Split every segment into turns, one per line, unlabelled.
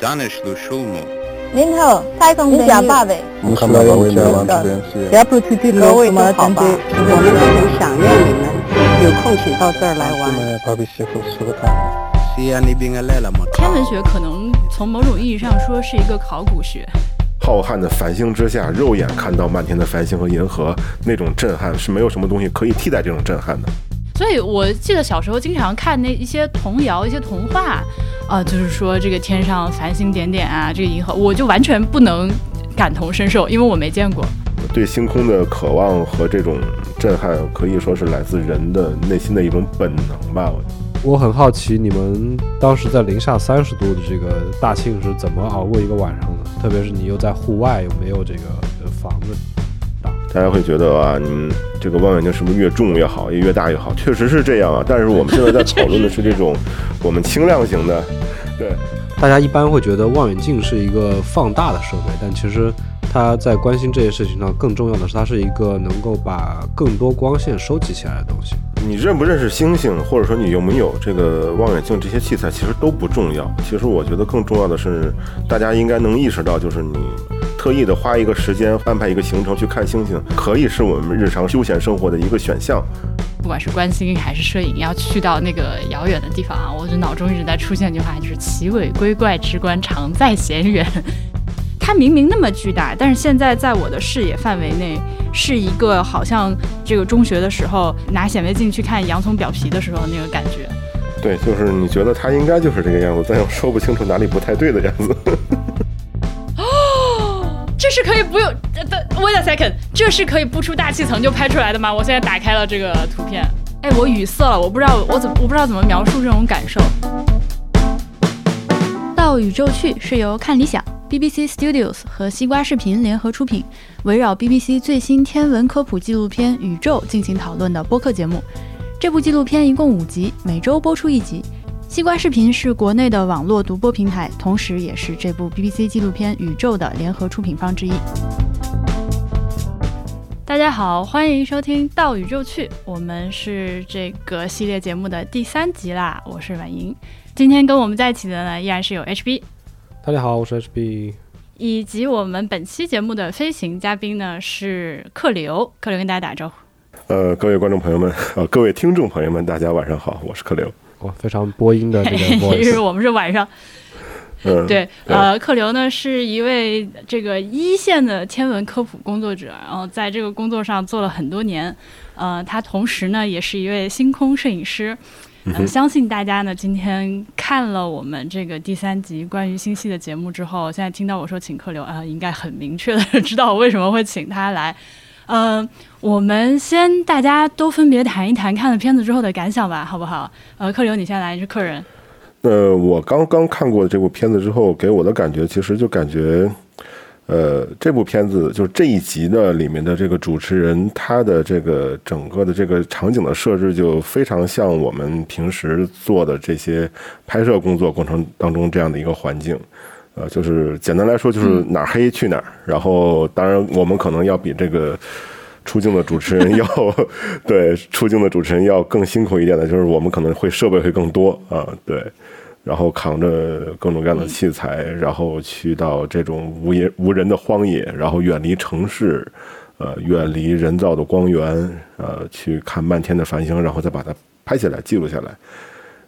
دانش لو شلمو
您好，太空
你讲
爸呗。
我看到有前往这边去。
只要不出去
各位
我
都
们
好吧，我们都很想念你们，有空请到这儿来玩。
们芭比媳妇吃个饭。
سياني بين الليلة مقام
天文学可能从某种意义上说是一个考古学，
浩瀚的繁星之下，肉眼看到满天的繁星和银河，那种震撼是没有什么东西可以替代这种震撼的。
所以我记得小时候经常看那一些童谣、一些童话，啊、就是说这个天上繁星点点啊，这个银河，我就完全不能感同身受，因为我没见过。
对星空的渴望和这种震撼，可以说是来自人的内心的一种本能吧。
我很好奇你们当时在零下三十度的这个大庆是怎么熬过一个晚上的？特别是你又在户外，又没有这个呃房子
大家会觉得啊，你们这个望远镜是不是越重越好，越大越好？确实是这样啊。但是我们现在在讨论的是这种 我们轻量型的，对，
大家一般会觉得望远镜是一个放大的设备，但其实它在关心这些事情上，更重要的是它是一个能够把更多光线收集起来的东西。
你认不认识星星，或者说你有没有这个望远镜，这些器材其实都不重要。其实我觉得更重要的是，大家应该能意识到，就是你特意的花一个时间安排一个行程去看星星，可以是我们日常休闲生活的一个选项。
不管是观星还是摄影，要去到那个遥远的地方啊，我就脑中一直在出现一句话，就是“其尾归怪之观，常在闲远”。它明明那么巨大，但是现在在我的视野范围内，是一个好像这个中学的时候拿显微镜去看洋葱表皮的时候那个感觉。
对，就是你觉得它应该就是这个样子，但又说不清楚哪里不太对的样子。
这是可以不用，呃等 wait a second，这是可以不出大气层就拍出来的吗？我现在打开了这个图片，哎，我语塞了，我不知道我怎么我不知道怎么描述这种感受。
到宇宙去是由看理想、BBC Studios 和西瓜视频联合出品，围绕 BBC 最新天文科普纪录片《宇宙》进行讨论的播客节目。这部纪录片一共五集，每周播出一集。西瓜视频是国内的网络独播平台，同时也是这部 BBC 纪录片《宇宙》的联合出品方之一。
大家好，欢迎收听《到宇宙去》，我们是这个系列节目的第三集啦，我是婉莹。今天跟我们在一起的呢，依然是有 HB，
大家好，我是 HB。
以及我们本期节目的飞行嘉宾呢是克流，克流跟大家打招呼。
呃，各位观众朋友们，呃，各位听众朋友们，大家晚上好，我是克流。
哇，哦非常播音 的这个
因为
voice，
我们是晚上
嗯，
对，呃，克流呢是一位这个一线的天文科普工作者，然后在这个工作上做了很多年。呃，他同时呢也是一位星空摄影师。
嗯
呃，
哼
相信大家呢今天看了我们这个第三集关于星系的节目之后，现在听到我说请客流啊、应该很明确的 知道我为什么会请他来。呃，我们先大家都分别谈一谈看了片子之后的感想吧，好不好？呃，客流你先来，你是客人，
那我刚刚看过这部片子之后，给我的感觉其实就感觉，呃，这部片子就是这一集的里面的这个主持人，他的这个整个的这个场景的设置就非常像我们平时做的这些拍摄工作过程当中这样的一个环境。呃，就是简单来说，就是哪儿黑去哪儿。然后，当然我们可能要比这个出镜的主持人要 对出镜的主持人要更辛苦一点的，就是我们可能会设备会更多啊，对。然后扛着各种各样的器材，然后去到这种无野无人的荒野，然后远离城市，呃，远离人造的光源，呃，去看漫天的繁星，然后再把它拍下来、记录下来。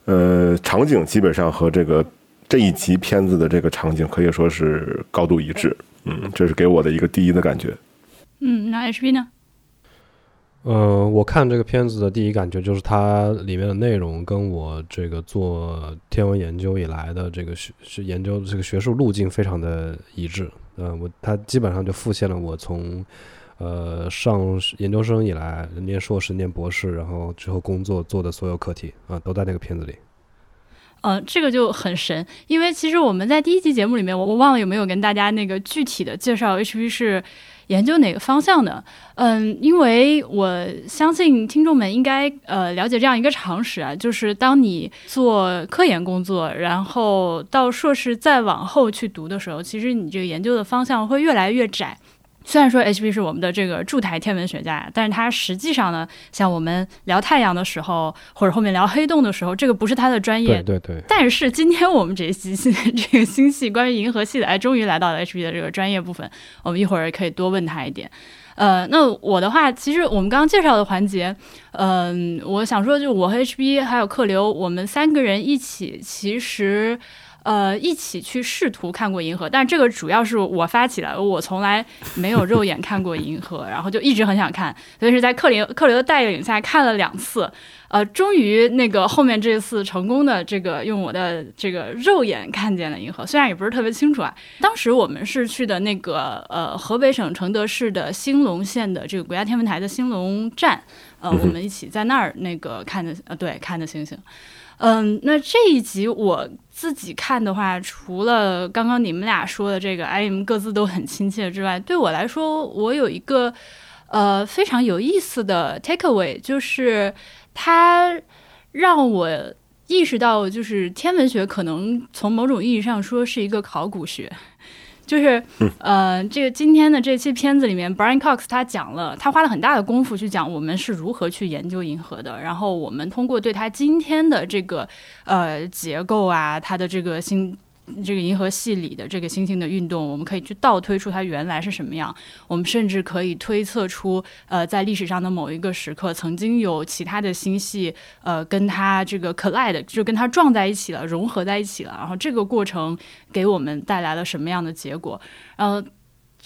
呃，场景基本上和这个这一集片子的这个场景可以说是高度一致。嗯，这是给我的一个第一的感觉。
嗯，那 HB 呢？
呃，我看这个片子的第一感觉就是它里面的内容跟我这个做天文研究以来的这个学是研究这个学术路径非常的一致。嗯、我它基本上就复现了我从呃上研究生以来念硕士、念博士，然后之后工作做的所有课题啊、都在那个片子里。
呃，这个就很神，因为其实我们在第一期节目里面，我我忘了有没有跟大家那个具体的介绍 HP 是研究哪个方向的。嗯，因为我相信听众们应该呃了解这样一个常识啊，就是当你做科研工作，然后到硕士再往后去读的时候，其实你这个研究的方向会越来越窄。虽然说 H.P 是我们的这个驻台天文学家，啊但是他实际上呢，像我们聊太阳的时候，或者后面聊黑洞的时候，这个不是他的专业
对。对对，
但是今天我们这一期这个星系关于银河系的，哎，终于来到了 H.P 的这个专业部分，我们一会儿可以多问他一点。呃，那我的话，其实我们刚刚介绍的环节，嗯、我想说，就我和 HB 还有客流，我们三个人一起，其实。呃，一起去试图看过银河，但这个主要是我发起来，我从来没有肉眼看过银河，然后就一直很想看，所以是在克林克流的带领下看了两次，呃，终于那个后面这次成功的这个用我的这个肉眼看见了银河，虽然也不是特别清楚啊。当时我们是去的那个呃河北省承德市的兴隆县的这个国家天文台的兴隆站，呃，我们一起在那儿那个看的呃对看的星星。嗯，那这一集我自己看的话，除了刚刚你们俩说的这个，哎，你们各自都很亲切之外，对我来说，我有一个呃非常有意思的 takeaway，就是它让我意识到，就是天文学可能从某种意义上说是一个考古学。 就是，呃，这个今天的这期片子里面，Brian Cox 他讲了，他花了很大的功夫去讲我们是如何去研究银河的，然后我们通过对它今天的这个呃结构啊，它的这个星。这个银河系里的这个星星的运动，我们可以去倒推出它原来是什么样。我们甚至可以推测出，呃，在历史上的某一个时刻，曾经有其他的星系，呃，跟它这个 collide，就跟它撞在一起了，融合在一起了。然后这个过程给我们带来了什么样的结果？呃，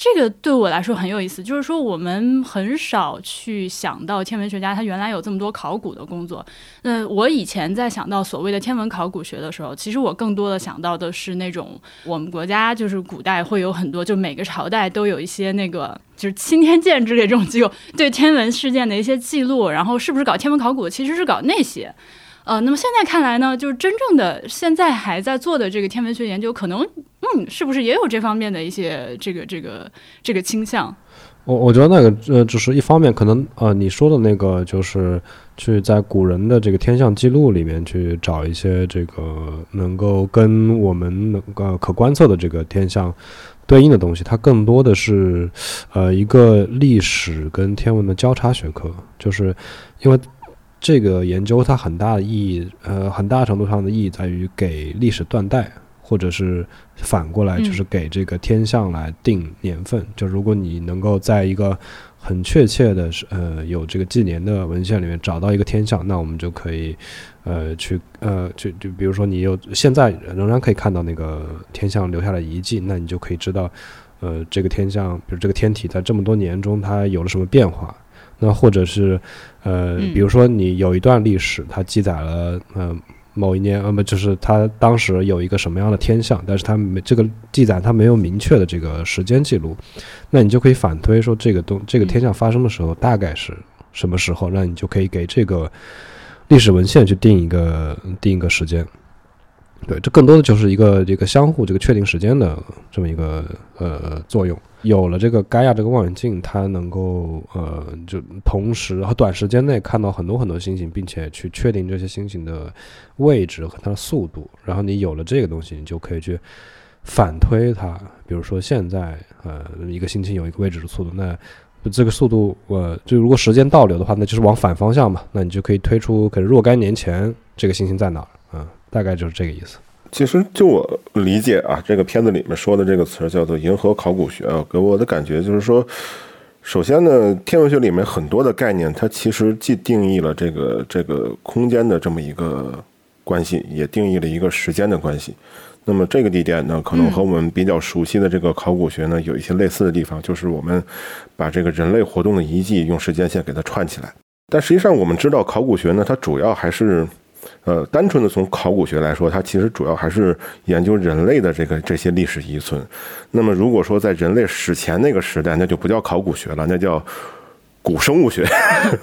这个对我来说很有意思，就是说我们很少去想到天文学家他原来有这么多考古的工作。那我以前在想到所谓的天文考古学的时候，其实我更多的想到的是那种我们国家就是古代会有很多，就每个朝代都有一些那个就是钦天监之类这种 机构对天文事件的一些记录，然后是不是搞天文考古，其实是搞那些。呃，那么现在看来呢，就是真正的现在还在做的这个天文学研究，可能嗯，是不是也有这方面的一些这个这个这个倾向？
我我觉得那个呃，只是一方面，可能呃，你说的那个就是去在古人的这个天象记录里面去找一些这个能够跟我们能呃可观测的这个天象对应的东西，它更多的是呃一个历史跟天文的交叉学科，就是因为这个研究它很大的意义，呃，很大程度上的意义在于给历史断代。或者是反过来，
嗯
就是给这个天象来定年份。就如果你能够在一个很确切的是呃有这个纪年的文献里面找到一个天象，那我们就可以呃去呃就就比如说你有现在仍然可以看到那个天象留下的遗迹，那你就可以知道呃这个天象，比如这个天体在这么多年中它有了什么变化。那或者是呃
嗯
比如说你有一段历史，它记载了呃某一年，呃不就是它当时有一个什么样的天象，但是它没这个记载它没有明确的这个时间记录，那你就可以反推说这个东这个天象发生的时候大概是什么时候，那你就可以给这个历史文献去定一个定一个时间。对，这更多的就是一个这个相互这个确定时间的这么一个呃作用。有了这个盖亚这个望远镜，它能够呃就同时和短时间内看到很多很多星星，并且去确定这些星星的位置和它的速度。然后你有了这个东西，你就可以去反推它。比如说现在呃一个星星有一个位置的速度，那这个速度呃就如果时间倒流的话，那就是往反方向嘛。那你就可以推出可能若干年前这个星星在哪儿啊、大概就是这个意思。
其实就我理解啊，这个片子里面说的这个词儿叫做“银河考古学”啊，给我的感觉就是说，首先呢，天文学里面很多的概念，它其实既定义了这个这个空间的这么一个关系，也定义了一个时间的关系。那么这个地点呢，可能和我们比较熟悉的这个考古学呢，有一些类似的地方，就是我们把这个人类活动的遗迹用时间线给它串起来。但实际上，我们知道考古学呢，它主要还是呃，单纯的从考古学来说，它其实主要还是研究人类的这个这些历史遗存。那么，如果说在人类史前那个时代，那就不叫考古学了，那叫古生物学，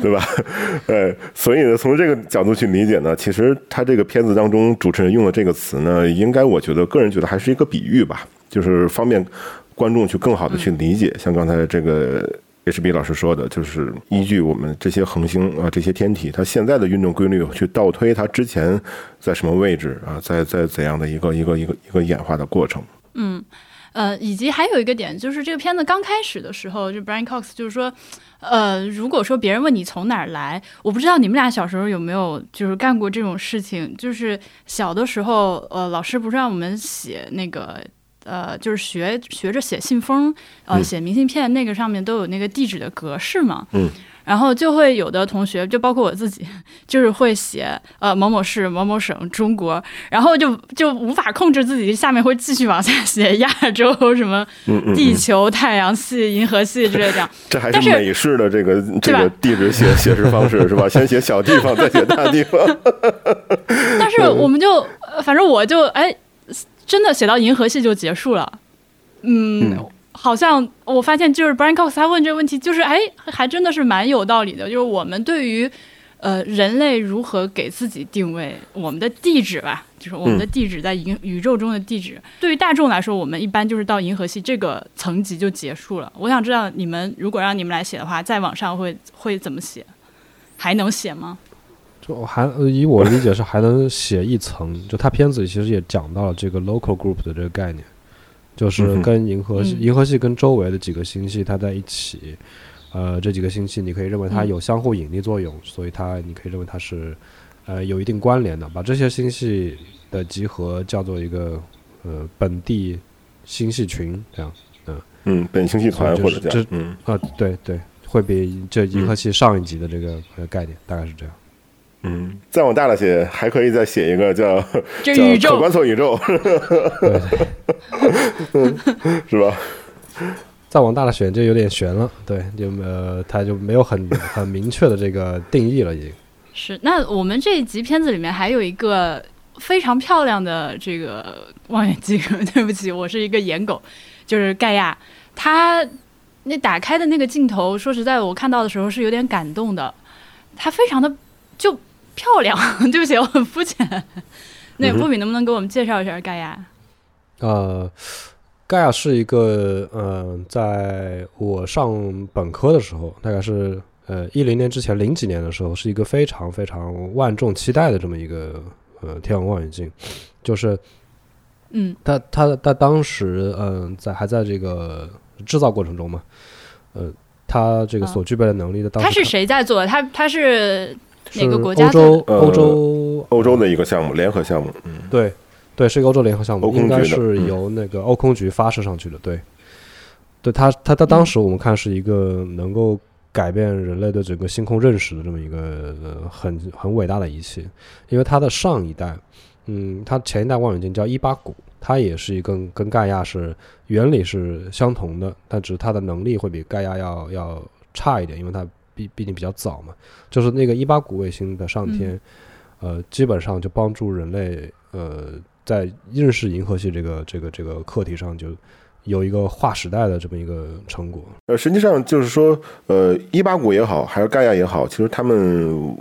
对吧？ 呃，所以呢，从这个角度去理解呢，其实他这个片子当中主持人用的这个词呢，应该我觉得个人觉得还是一个比喻吧，就是方便观众去更好的去理解。像刚才这个 HB 老师说的，就是依据我们这些恒星啊、这些天体它现在的运动规律去倒推它之前在什么位置啊，在在怎样的一个一个一个一个演化的过程。
呃，以及还有一个点就是这个片子刚开始的时候，就 Brian Cox 就是说，呃，如果说别人问你从哪儿来，我不知道你们俩小时候有没有就是干过这种事情，就是小的时候，呃，老师不是让我们写那个。呃，就是学学着写信封，呃，
嗯
写明信片，那个上面都有那个地址的格式嘛。
嗯。
然后就会有的同学，就包括我自己， 就是会写呃某某市某某省中国，然后就就无法控制自己，下面会继续往下写亚洲什么
嗯嗯，
地球、太阳系、银河系之类的。
这还
但是
是美式的这个这
吧
个地址写写实方式是吧？先写小地方，再写大地 方。
但是我们就，呃反正我就哎，真的写到银河系就结束了。嗯，好像我发现就是 Brian Cox 他问这个问题，就是哎，还真的是蛮有道理的。就是我们对于呃人类如何给自己定位我们的地址吧，就是我们的地址在银宇宙中的地址，对于大众来说，我们一般就是到银河系这个层级就结束了。我想知道你们如果让你们来写的话，再往上会会怎么写？还能写吗？
就还呃以我理解是还能写一层，就他片子里其实也讲到了这个 local group 的这个概念，就是
嗯哼
跟银河系、
嗯
银河系跟周围的几个星系它在一起，呃，这几个星系你可以认为它
嗯
有相互引力作用，所以它你可以认为它是呃有一定关联的，把这些星系的集合叫做一个呃本地星系群这样。
嗯，本星系团或者这
这
样，嗯
啊，对对，会比这银河系上一集的这个呃概念大概是这样。
嗯，再往大了写，还可以再写一个叫
就
叫
宇
可
宙
观测宇宙，
对，
是吧？
再往大了选就有点悬了，对，就呃，它就没有很 很明确的这个定义了，已经。
是，那我们这一集片子里面还有一个非常漂亮的这个望远镜， 对不起，我是一个眼狗，就是盖亚，他那打开的那个镜头，说实在，我看到的时候是有点感动的，他非常的就漂亮， 对不起，我很肤浅。那
嗯哼
波比能不能给我们介绍一下盖亚？
呃，盖亚是一个，呃，在我上本科的时候，大概是呃一零年之前零几年的时候，是一个非常非常万众期待的这么一个呃天文望远镜，就是
嗯
他他他当时嗯、在还在这个制造过程中嘛，呃，他这个
啊
所具备的能力的当时
他是谁在做？他他是哪个
是
国家
欧
做
洲
的
欧洲
欧洲的一个项目，联合项目，嗯
对对，是一个欧洲联合项
欧
目，
空
应该
局的
是
嗯
由那个欧空局发射上去的。对，对，它它它当时我们看是一个能够改变人类对整个星空认识的这么一个、呃、很很伟大的仪器，因为它的上一代，嗯，它前一代望远镜叫伊巴谷。它也是一个跟跟盖亚是原理是相同的，但只是它的能力会比盖亚要要差一点，因为它毕毕竟比较早嘛。就是那个伊巴谷卫星的上天，呃，基本上就帮助人类呃在认识银河系这个这个这个课题上就有一个划时代的这么一个成果。
呃，实际上就是说，呃，伊巴谷也好，还是盖亚也好，其实他们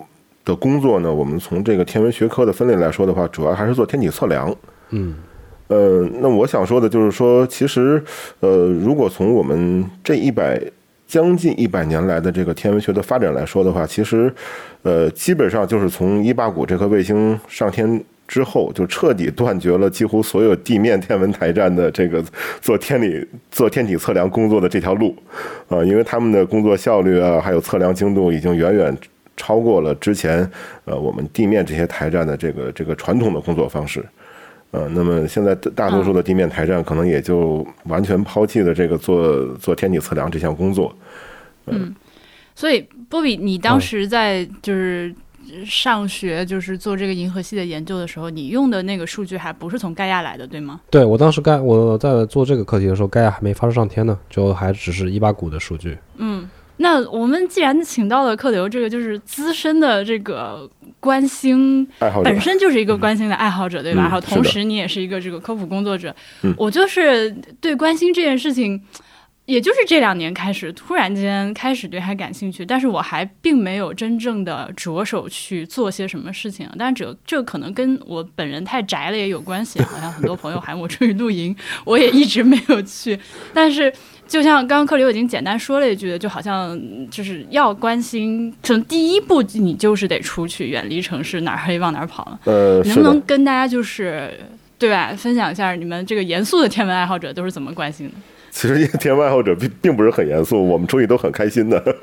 的工作呢，我们从这个天文学科的分类来说的话，主要还是做天体测量。
嗯
呃，那我想说的就是说，其实，呃，如果从我们这一百将近一百年来的这个天文学的发展来说的话，其实，呃，基本上就是从伊巴谷这颗卫星上天之后，就彻底断绝了几乎所有地面天文台站的这个做天理做天体测量工作的这条路，啊、因为他们的工作效率啊，还有测量精度已经远远。超过了之前，呃，我们地面这些台站的这个这个传统的工作方式，呃，那么现在大大多数的地面台站可能也就完全抛弃了这个做做天体测量这项工作。
所以，波比，你当
嗯
时在就是上学，就是做这个银河系的研究的时候，你用的那个数据还不是从盖亚来的，对吗？
对我当时盖我在做这个课题的时候，盖亚还没发射上天呢，就还只是伊巴谷的数据。
嗯，那我们既然请到了克流，这个就是资深的这个观星，
爱好者
本身就是一个观星的爱好者，对吧？
嗯
然后同
是
时你也是一个这个科普工作者。
嗯
我就是对观星这件事情。也就是这两年开始，突然间开始对它感兴趣，但是我还并没有真正的着手去做些什么事情。啊但是这这可能跟我本人太宅了也有关系，好像很多朋友 喊我出去露营，我也一直没有去。但是就像刚刚克里我已经简单说了一句，就好像就是要关心，从第一步你就是得出去，远离城市，哪儿黑往哪儿跑了。
呃，
能
是
不
的
能，跟大家就是对吧？分享一下你们这个严肃的天文爱好者都是怎么关心的？
其实天文爱好者并并不是很严肃，我们出去都很 开心的。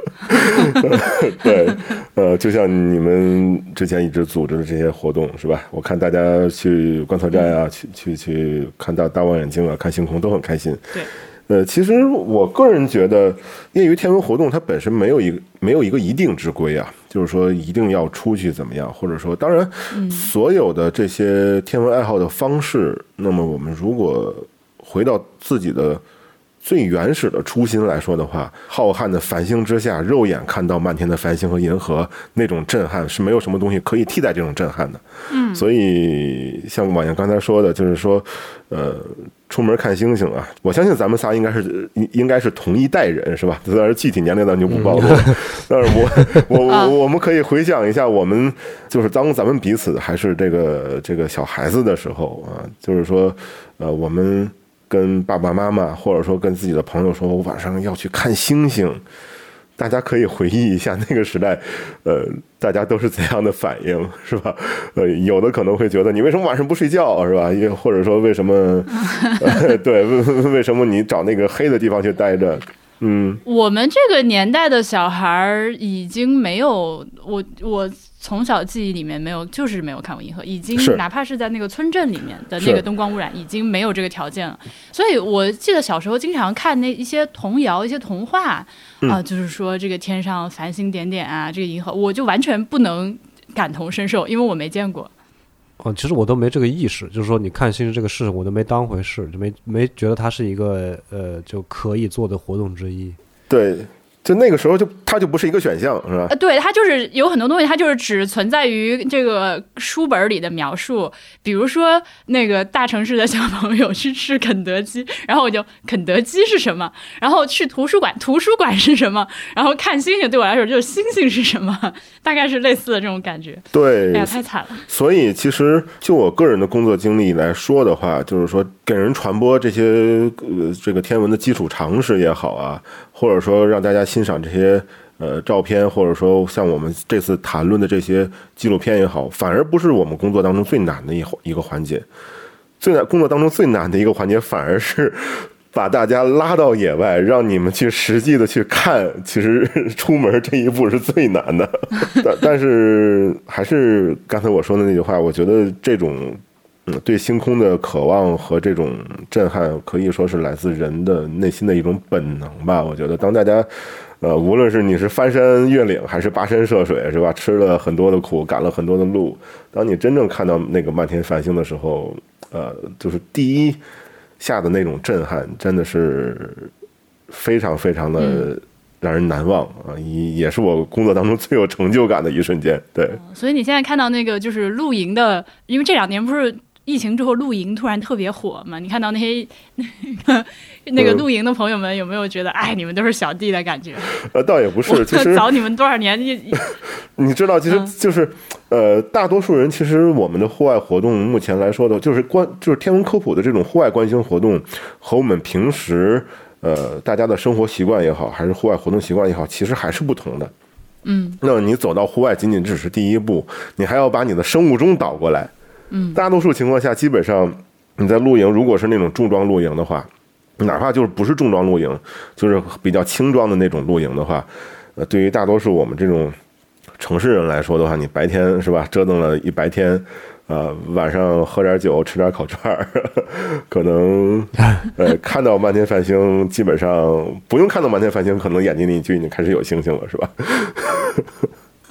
对，呃，就像你们之前一直组织的这些活动是吧？我看大家去观测站啊，去去去看大大望远镜啊，看星空都很开心。
对，
呃，其实我个人觉得，业余天文活动它本身没有一个没有一个一定之规啊，就是说一定要出去怎么样，或者说，当然，所有的这些天文爱好的方式，那么我们如果回到自己的最原始的初心来说的话，浩瀚的繁星之下，肉眼看到漫天的繁星和银河，那种震撼是没有什么东西可以替代这种震撼的。嗯，所以像婉莹刚才说的，就是说，呃，出门看星星啊，我相信咱们仨应该是应应该是同一代人，是吧？当然具体年龄咱就不暴露了， 但是我我
啊
我我们可以回想一下，我们就是当咱们彼此还是这个这个小孩子的时候啊，就是说，呃，我们。跟爸爸妈妈，或者说跟自己的朋友说，我晚上要去看星星。大家可以回忆一下那个时代，呃，大家都是怎样的反应，是吧？呃，有的可能会觉得你为什么晚上不睡觉，啊是吧？也或者说为什么，呃、 对，为为为什么你找那个黑的地方去待着？嗯，
我们这个年代的小孩儿已经没有我我从小记忆里面没有，就是没有看过银河，已经
是
哪怕是在那个村镇里面的
是
那个灯光污染，已经没有这个条件了。所以我记得小时候经常看那一些童谣、一些童话啊、
嗯
就是说这个天上繁星点点啊，这个银河，我就完全不能感同身受，因为我没见过。
哦，其实我都没这个意识，就是说你看星星这个事，我都没当回事，就没没觉得它是一个呃就可以做的活动之一。
对，就那个时候就它就不是一个选项，是吧？
呃，对，它就是有很多东西，它就是只存在于这个书本里的描述。比如说，那个大城市的小朋友去吃肯德基，然后我就肯德基是什么？然后去图书馆，图书馆是什么？然后看星星对我来说就是星星是什么？大概是类似的这种感觉。
对，
哎呀，太惨了。
所以，其实就我个人的工作经历来说的话，就是说给人传播这些呃这个天文的基础常识也好啊，或者说让大家欣赏这些呃照片，或者说像我们这次谈论的这些纪录片也好，反而不是我们工作当中最难的一环一个环节。最难工作当中最难的一个环节，反而是把大家拉到野外，让你们去实际的去看。其实 出门这一步是最难的， 但但是还是刚才我说的那句话，我觉得这种。嗯，对星空的渴望和这种震撼，可以说是来自人的内心的一种本能吧。我觉得，当大家，呃，无论是你是翻山越岭，还是跋山涉水，是吧？吃了很多的苦，赶了很多的路，当你真正看到那个漫天繁星的时候，呃，就是第一下的那种震撼，真的是非常非常的让人难忘啊！也也是我工作当中最有成就感的一瞬间。对，
所以你现在看到那个就是露营的，因为这两年不是疫情之后露营突然特别火嘛？你看到那些 那个那个
嗯
露营的朋友们，有没有觉得哎，你们都是小弟的感觉？
呃，倒也 不
我
是，其实
早你们多少年？一一
你知道，其实
嗯
就是，呃，大多数人其实我们的户外活动，目前来说的，就是观，就是天文科普的这种户外观星活动，和我们平时，呃，大家的生活习惯也好，还是户外活动习惯也好，其实还是不同的。
嗯，
那你走到户外仅仅只是第一步，你还要把你的生物钟倒过来。嗯，大多数情况下，基本上你在露营，如果是那种重装露营的话，哪怕就是不是重装露营，就是比较轻装的那种露营的话，呃，对于大多数我们这种城市人来说的话，你白天是吧，折腾了一白天，呃，晚上喝点酒，吃点烤串儿， 可能呃看到漫天繁星，基本上不用看到漫天繁星，可能眼睛里就已经开始有星星了，是吧？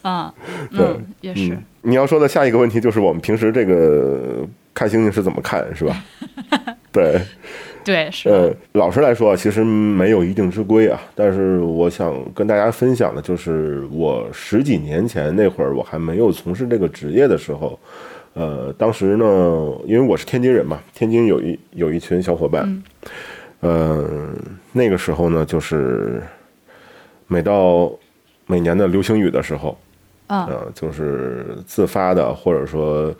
啊，
对
嗯，也是。
嗯。你要说的下一个问题就是我们平时这个看星星是怎么看，是吧？对，
对，是的，
呃，老实来说啊，其实没有一定之规啊。但是我想跟大家分享的就是，我十几年前那会儿，我还没有从事这个职业的时候，呃，当时呢，因为我是天津人嘛，天津有一有一群小伙伴，呃，那个时候呢，就是每到每年的流星雨的时候，
啊
呃，就是自发的，或者说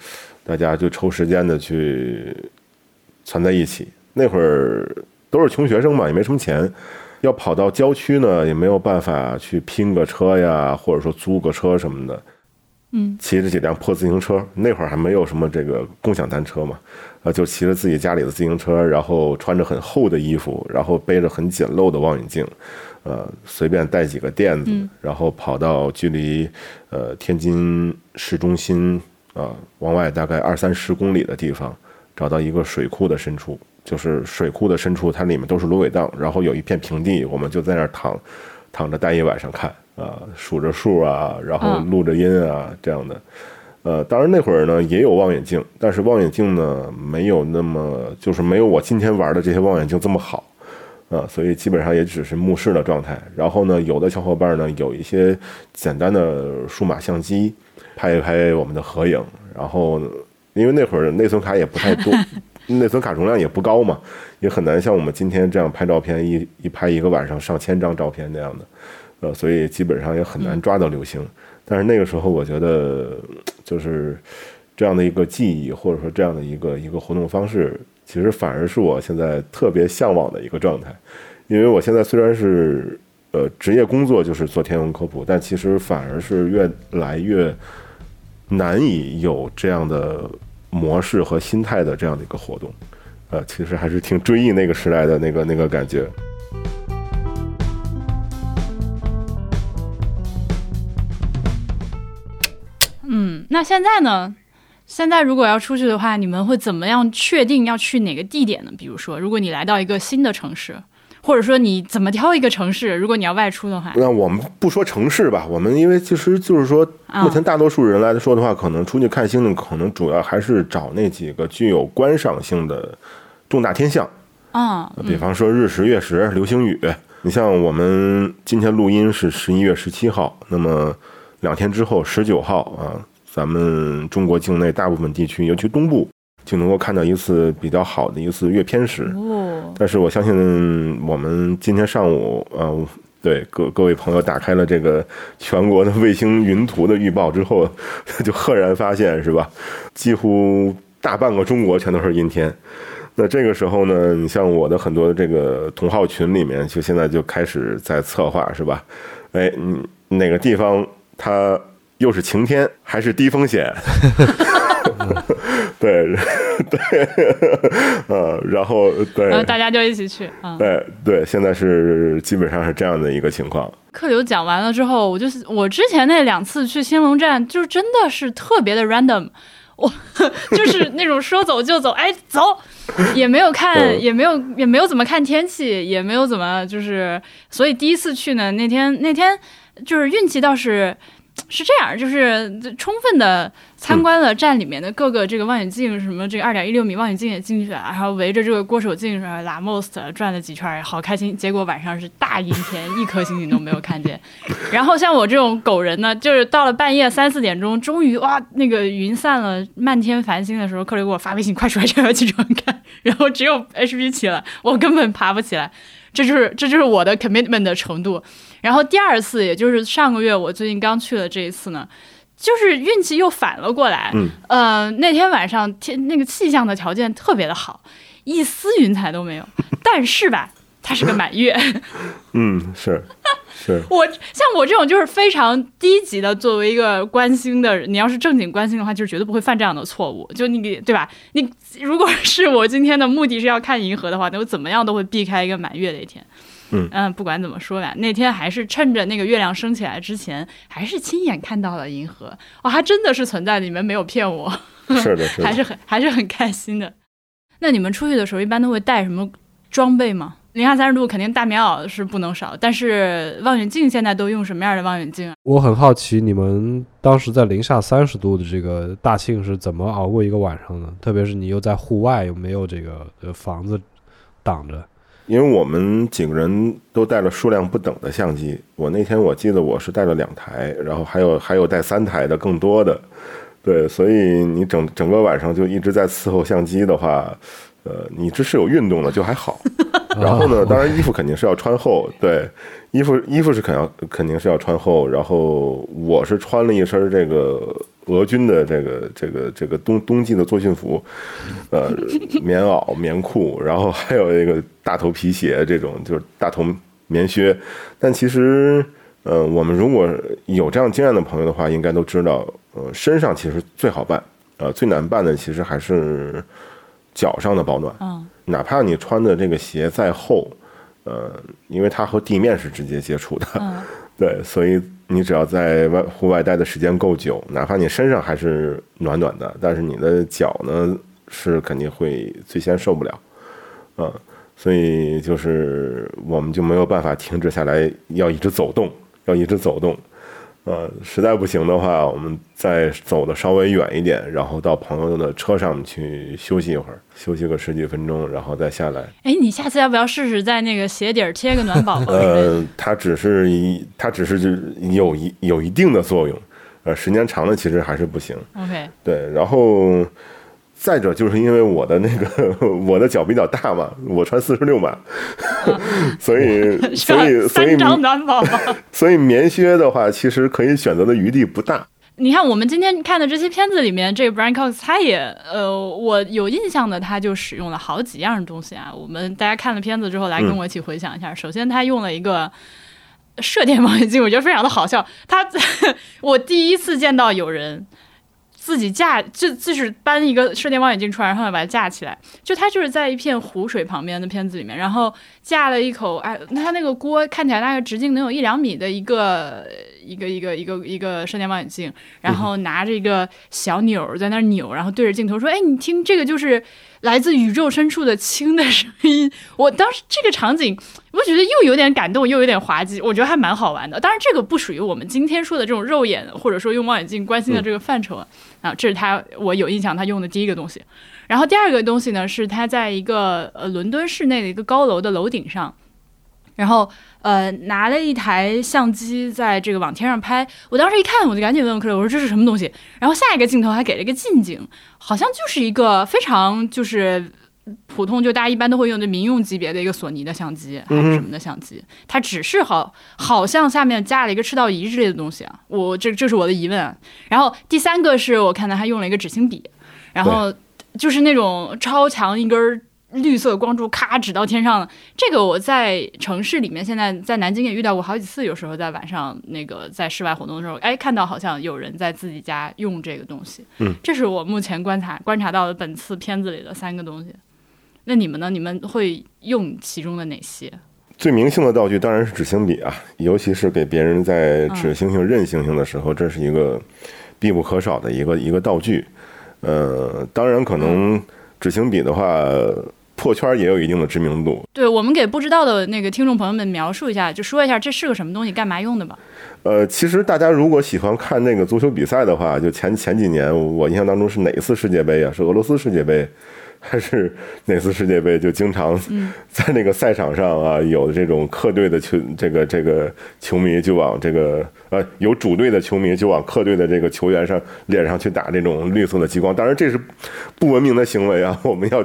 大家就抽时间的去攒在一起。那会儿都是穷学生嘛，也没什么钱，要跑到郊区呢，也没有办法去拼个车呀，或者说租个车什么的。
嗯
骑着几辆破自行车，那会儿还没有什么这个共享单车嘛，啊，就骑着自己家里的自行车，然后穿着很厚的衣服，然后背着很简陋的望远镜，呃，随便带几个垫子，然后跑到距离呃天津市中心啊、往外大概二三十公里的地方，找到一个水库的深处，就是水库的深处，它里面都是芦苇荡，然后有一片平地，我们就在那儿躺躺着待一晚上看啊、数着数啊，然后
嗯
录着音啊、这样的。呃，当然那会儿呢也有望远镜，但是望远镜呢没有那么，就是没有我今天玩的这些望远镜这么好，啊、所以基本上也只是目视的状态。然后呢，有的小伙伴呢有一些简单的数码相机，拍一拍我们的合影。然后因为那会儿内存卡也不太多，内存卡容量也不高嘛，也很难像我们今天这样拍照片，一一拍一个晚上上千张照片那样的，呃，所以基本上也很难抓到流星。但是那个时候，我觉得就是这样的一个记忆，或者说这样的一个一个活动方式，其实反而是我现在特别向往的一个状态。因为我现在虽然是呃职业工作就是做天文科普，但其实反而是越来越难以有这样的模式和心态的这样的一个活动。呃，其实还是挺追忆那个时代的那个那个感觉。
嗯，那现在呢？现在如果要出去的话，你们会怎么样确定要去哪个地点呢？比如说，如果你来到一个新的城市，或者说你怎么挑一个城市，如果你要外出的话，
那我们不说城市吧，我们因为其实就是说，
啊
目前大多数人来说的话，可能出去看星星，可能主要还是找那几个具有观赏性的重大天象。
嗯，
比方说日食、月食、流星雨。你像我们今天录音是十一月十七号，那么两天之后十九号啊，咱们中国境内大部分地区，尤其东部，就能够看到一次比较好的一次月偏食。
哦，
但是我相信我们今天上午，呃，对各各位朋友打开了这个全国的卫星云图的预报之后， 就赫然发现是吧？几乎大半个中国全都是阴天。那这个时候呢，你像我的很多这个同号群里面，就现在就开始在策划是吧？哎，你哪个地方它又是晴天还是低风险？ 对 对，呃，然后对，
然后大家就一起去，嗯。
对哎对，现在是基本上是这样的一个情况。
客流讲完了之后，我就是我之前那两次去兴隆站，就是真的是特别的 random，我就是 那种说走就走，哎走，也没有看，
嗯
也没有也没有怎么看天气，也没有怎么就是，所以第一次去呢，那天那天就是运气倒是。是这样，就是充分的参观了站里面的各个这个望远镜，什么这个二点一六米望远镜也进去了，然后围着这个郭守敬上拉 most 转了几圈儿，好开心。结果晚上是大阴天，一颗星星都没有看见。 然后像我这种狗人呢，就是到了半夜三四点钟，终于哇那个云散了，漫天繁星的时候，客流给我发微信，快起来，快要起床看。 然后只有 HB 起来，我根本爬不起来。这就是这就是我的 commitment 的程度。然后第二次，也就是上个月我最近刚去的这一次呢，就是运气又反了过来。
嗯，
呃，那天晚上天那个气象的条件特别的好，一丝云彩都没有。但是吧，它是个满月。
嗯，是是，
我像我这种就是非常低级的，作为一个关心的人，你要是正经关心的话，就是绝对不会犯这样的错误。就你给对吧？你如果 是我今天的目的是要看银河的话，那我怎么样都会避开一个满月的一天。
嗯
不管怎么说吧，那天还是趁着那个月亮升起来之前，还是亲眼看到了银河。哦，还真的是存在的，你们没有骗我，
是的，是
还
的。
是很还是很开心的。那你们出去的时候一般都会带什么装备吗？零下三十度肯定大棉袄是不能少，但是望远镜现在都用什么样的望远镜啊？
我很好奇，你们当时在零下三十度的这个大庆是怎么熬过一个晚上的？特别是你又在户外，又没有这个呃房子挡着，
因为我们几个人都带了数量不等的相机，我那天我记得我是带了两台，然后还有还有带三台的更多的，对，所以你整整个晚上就一直在伺候相机的话，呃，你这是有运动的就还好。然后呢，当然衣服肯定是要穿厚，对，衣服衣服是肯要肯定是要穿厚。然后我是穿了一身这个俄军的这个这个这个冬冬季的作训服，呃，棉袄、棉裤，然后还有一个大头皮鞋这种，就是大头棉靴。但其实呃，我们如果有这样经验的朋友的话，应该都知道，呃，身上其实最好办，呃，最难办的其实还是脚上的保暖。
嗯，
哪怕你穿的这个鞋再厚，呃，因为它和地面是直接接触的，
嗯
对，所以你只要在外户外待的时间够久，哪怕你身上还是暖暖的，但是你的脚呢是肯定会最先受不了，嗯，所以就是我们就没有办法停止下来，要一直走动，要一直走动。呃，实在不行的话，我们再走的稍微远一点，然后到朋友的车上去休息一会儿，休息个十几分钟，然后再下来。
哎，你下次要不要试试在那个鞋底儿贴个暖宝宝之类的？
呃，它只是一，它只是就是有一有一定的作用，呃，时间长了其实还是不行。
OK，
对，然后再者就是因为我的那个 我的脚比较大嘛，我穿四十六码， 所以
是
所以
吧？
所以
三张暖宝宝。
所以棉靴的话，其实可以选择的余地不大。
你看，我们今天看的这些片子里面，这个 Brian Cox 他也呃，我有印象的，他就使用了好几样东西啊。我们大家看了片子之后，来跟我一起回想一下。首先，他用了一个射电望远镜，我觉得非常的好笑。他我第一次见到有人。自己架就就是搬一个射电望远镜出来，然后把它架起来。就他就是在一片湖水旁边的片子里面，然后架了一口哎，那他那个锅看起来大概直径能有一两米的一个一个一个一个一个射电望远镜，然后拿着一个小钮儿在那儿扭，然后对着镜头说：“哎，你听，这个就是来自宇宙深处的轻的声音。”我当时这个场景，我觉得又有点感动，又有点滑稽，我觉得还蛮好玩的。当然，这个不属于我们今天说的这种肉眼或者说用望远镜关心的这个范畴啊。啊，这是他我有印象他用的第一个东西。然后第二个东西呢，是他在一个呃伦敦市内的一个高楼的楼顶上，然后呃拿了一台相机在这个往天上拍。我当时一看，我就赶紧问问克雷，我说这是什么东西？然后下一个镜头还给了一个近景，好像就是一个非常就是。普通就大家一般都会用的民用级别的一个索尼的相机还是什么的相机，它只是好好像下面加了一个赤道仪之类的东西啊，我这这是我的疑问啊。然后第三个是我看到他用了一个纸芯笔，然后就是那种超强一根儿绿色光柱咔指到天上了。这个我在城市里面，现在在南京也遇到过好几次，有时候在晚上那个在室外活动的时候，哎，看到好像有人在自己家用这个东西。
嗯，
这是我目前观察观察到的本次片子里的三个东西。那你们呢？你们会用其中的哪些？
最明性的道具当然是纸星笔啊，尤其是给别人在指星星、认星星的时候，这是一个必不可少的一个一个道具。呃，当然可能纸星笔的话，破圈也有一定的知名度。
对我们给不知道的那个听众朋友们描述一下，就说一下这是个什么东西，干嘛用的吧。
呃，其实大家如果喜欢看那个足球比赛的话，就前前几年我印象当中是哪一次世界杯啊？是俄罗斯世界杯还是哪次世界杯？就经常 在那个赛场上啊，有这种客队的球这个这个球迷就往这个呃有主队的球迷就往客队的这个球员上脸上去打这种绿色的激光。当然这是不文明的行为啊，我们要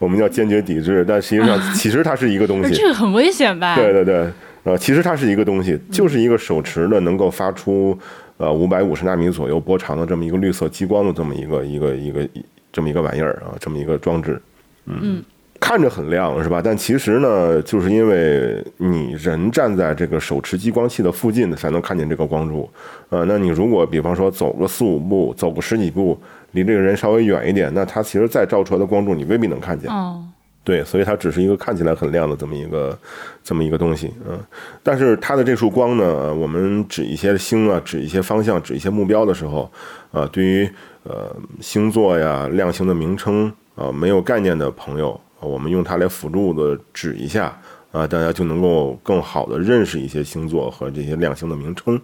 我们要坚决抵制。但实际上其实它是一个东
不
西
是，这个很危险吧？
对对对，呃，其实它是一个东西，就是一个手持的能够发出呃五百五十纳米左右波长的这么一个绿色激光的这么一个一个一个一这么一个玩意儿啊，这么一个装置，
嗯
看着很亮是吧？但其实呢，就是因为你人站在这个手持激光器的附近才能看见这个光柱，呃，那你如果比方说走个四五步，走个十几步，离这个人稍微远一点，那它其实再照出来的光柱你未必能看见。
哦，
对，所以它只是一个看起来很亮的这么一个这么一个东西，嗯，但是它的这束光呢，呃我们指一些星啊，指一些方向，指一些目标的时候，啊、对于呃星座呀、亮星的名称啊、没有概念的朋友，啊我们用它来辅助的指一下，啊、大家就能够更好的认识一些星座和这些亮星的名称，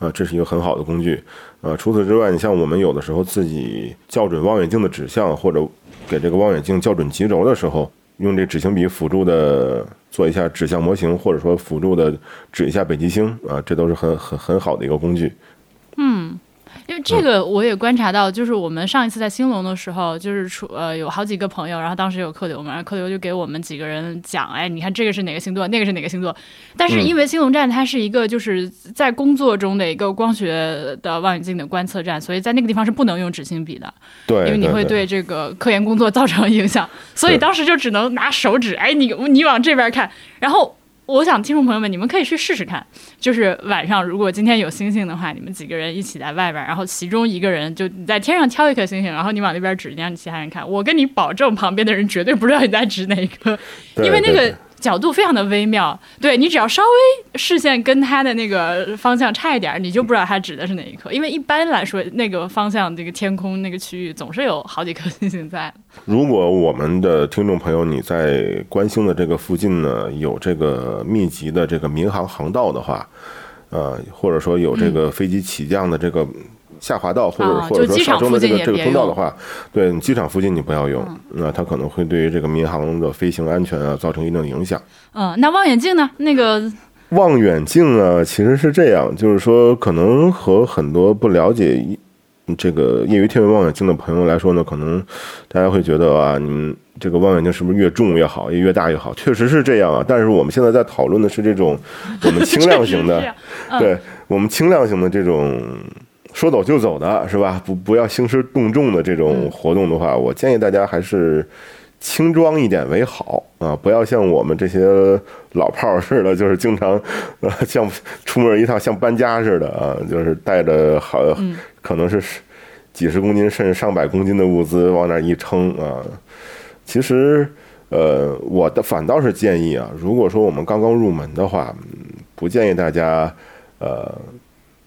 啊、这是一个很好的工具，啊、除此之外，你像我们有的时候自己校准望远镜的指向或者给这个望远镜校准极轴的时候，用这指形笔辅助的做一下指向模型，或者说辅助的指一下北极星啊，这都是很很很好的一个工具。
因为这个我也观察到，就是我们上一次在兴隆的时候，就是出呃有好几个朋友，然后当时有客流嘛，然后客流就给我们几个人讲，哎，你看这个是哪个星座，那个是哪个星座。但是因为兴隆站它是一个就是在工作中的一个光学的望远镜的观测站，所以在那个地方是不能用纸性笔的，
对，
因为你会对这个科研工作造成影响，所以当时就只能拿手指，哎，你你往这边看，然后我想听众朋友们，你们可以去试试看，就是晚上如果今天有星星的话，你们几个人一起在外边，然后其中一个人就你在天上挑一颗星星，然后你往那边指，你让你其他人看，我跟你保证，旁边的人绝对不知道你在指哪一颗，
对
因为那
对
个
对
角度非常的微妙，对你只要稍微视线跟他的那个方向差一点儿，你就不知道他指的是哪一颗。因为一般来说，那个方向、这个天空、那个区域总是有好几颗星星在。
如果我们的听众朋友你在关星的这个附近呢，有这个密集的这个民航航道的话，呃，或者说有这个飞机起降的这个下滑道，或者
啊
或者
就
说
机场
上升的这
附近
个
也
这个
别嗯
通道的
用
话，对你机场附近你不要用，那它可能会对于这个民航的飞行安全啊造成一定的影响。
嗯，那望远镜呢？那个
望远镜呢，其实是这样，就是说，可能和很多不了解这个业余天文望远镜的朋友来说呢，可能大家会觉得啊，你们这个望远镜是不是越重越好，越越大越好？确实是这样啊。但是我们现在在讨论的是这种我们轻量型 的
这，样嗯
对我们轻量型的这种说走就走的，是吧？不不要兴师动众的这
嗯
种活动的话，我建议大家还是轻装一点为好啊，不要像我们这些老炮儿似的，就是经常呃像出门一趟像搬家似的啊，就是带着好、可能是十几十公斤甚至上百公斤的物资往那儿一撑啊，其实。呃，我的反倒是建议啊，如果说我们刚刚入门的话，嗯不建议大家呃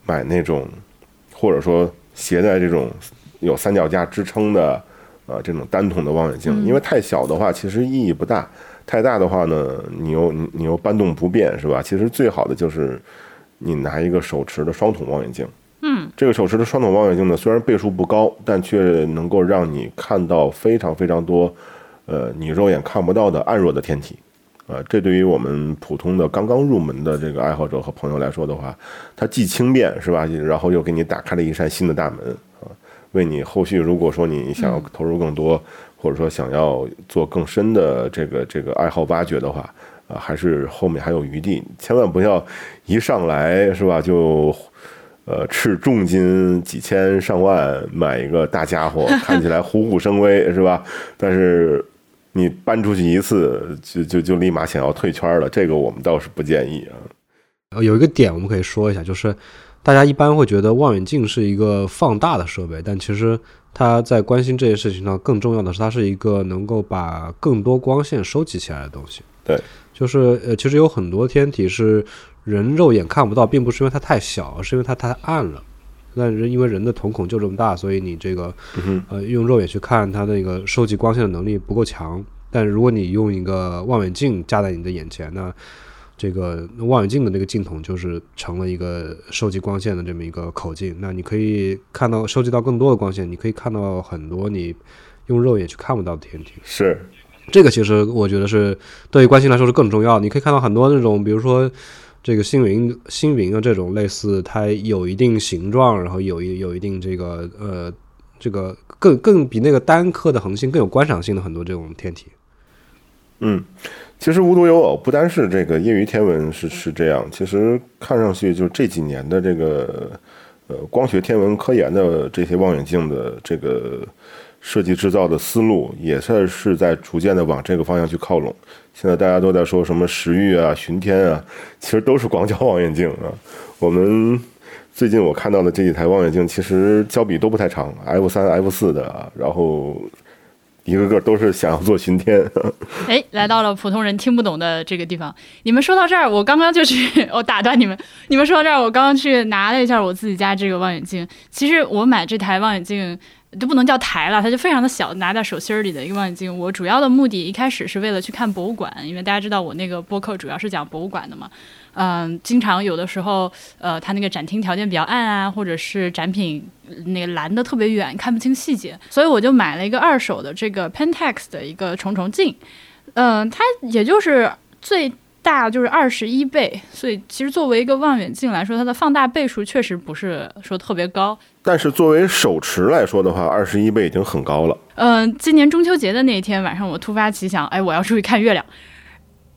买那种或者说携带这种有三脚架支撑的呃这种单筒的望远镜，因为太小的话其实意义不大，太大的话呢，你又你你又搬动不便是吧？其实最好的就是你拿一个手持的双筒望远镜。嗯，这个手持的双筒望远镜呢，虽然倍数不高，但却能够让你看到非常非常多，呃，你肉眼看不到的暗弱的天体。呃，这对于我们普通的刚刚入门的这个爱好者和朋友来说的话，它既轻便是吧，然后又给你打开了一扇新的大门啊，为你后续如果说你想要投入更多，或者说想要做更深的这个这个爱好挖掘的话，啊，还是后面还有余地，千万不要一上来是吧就。呃，斥重金几千上万买一个大家伙，看起来虎虎生威是吧？但是你搬出去一次，就就就立马想要退圈了，这个我们倒是不建议啊。
呃，有一个点我们可以说一下，就是大家一般会觉得望远镜是一个放大的设备，但其实它在关心这些事情上更重要的是，它是一个能够把更多光线收集起来的东西。
对，
就是呃，其实有很多天体是人肉眼看不到，并不是因为它太小，而是因为它太暗了。那人因为人的瞳孔就这么大，所以你这个呃用肉眼去看它那个收集光线的能力不够强。但如果你用一个望远镜架在你的眼前，那这个望远镜的那个镜筒就是成了一个收集光线的这么一个口径，那你可以看到收集到更多的光线，你可以看到很多你用肉眼去看不到的天体。
是，
这个其实我觉得是对于观星来说是更重要的。你可以看到很多那种，比如说这个星云、星云啊这种类似，它有一定形状，然后有一有一定这个呃这个更更比那个单颗的恒星更有观赏性的很多这种天体。
嗯，其实无独有偶，不单是这个业余天文是是这样，其实看上去就这几年的这个呃光学天文科研的这些望远镜的这个设计制造的思路，也算是在逐渐的往这个方向去靠拢。现在大家都在说什么时域啊、巡天啊，其实都是广角望远镜啊。我们最近我看到的这几台望远镜，其实焦比都不太长，F 三、F 四的啊， 然后一个个都是想要做巡天。
哎，来到了普通人听不懂的这个地方。你们说到这儿，我刚刚就去， 我打断你们。你们说到这儿，我刚刚去拿了一下我自己家这个望远镜。其实我买这台望远镜就不能叫台了，它就非常的小，拿在手心儿里的一个望远镜。我主要的目的一开始是为了去看博物馆，因为大家知道我那个播客主要是讲博物馆的嘛。嗯，经常有的时候，呃，它那个展厅条件比较暗啊，或者是展品呃那个蓝的特别远，看不清细节，所以我就买了一个二手的这个 Pentax 的一个重重镜。嗯，它也就是最大就是二十一倍，所以其实作为一个望远镜来说，它的放大倍数确实不是说特别高。
但是作为手持来说的话，二十一倍已经很高了。
呃嗯、今年中秋节的那一天晚上，我突发奇想，哎，我要出去看月亮。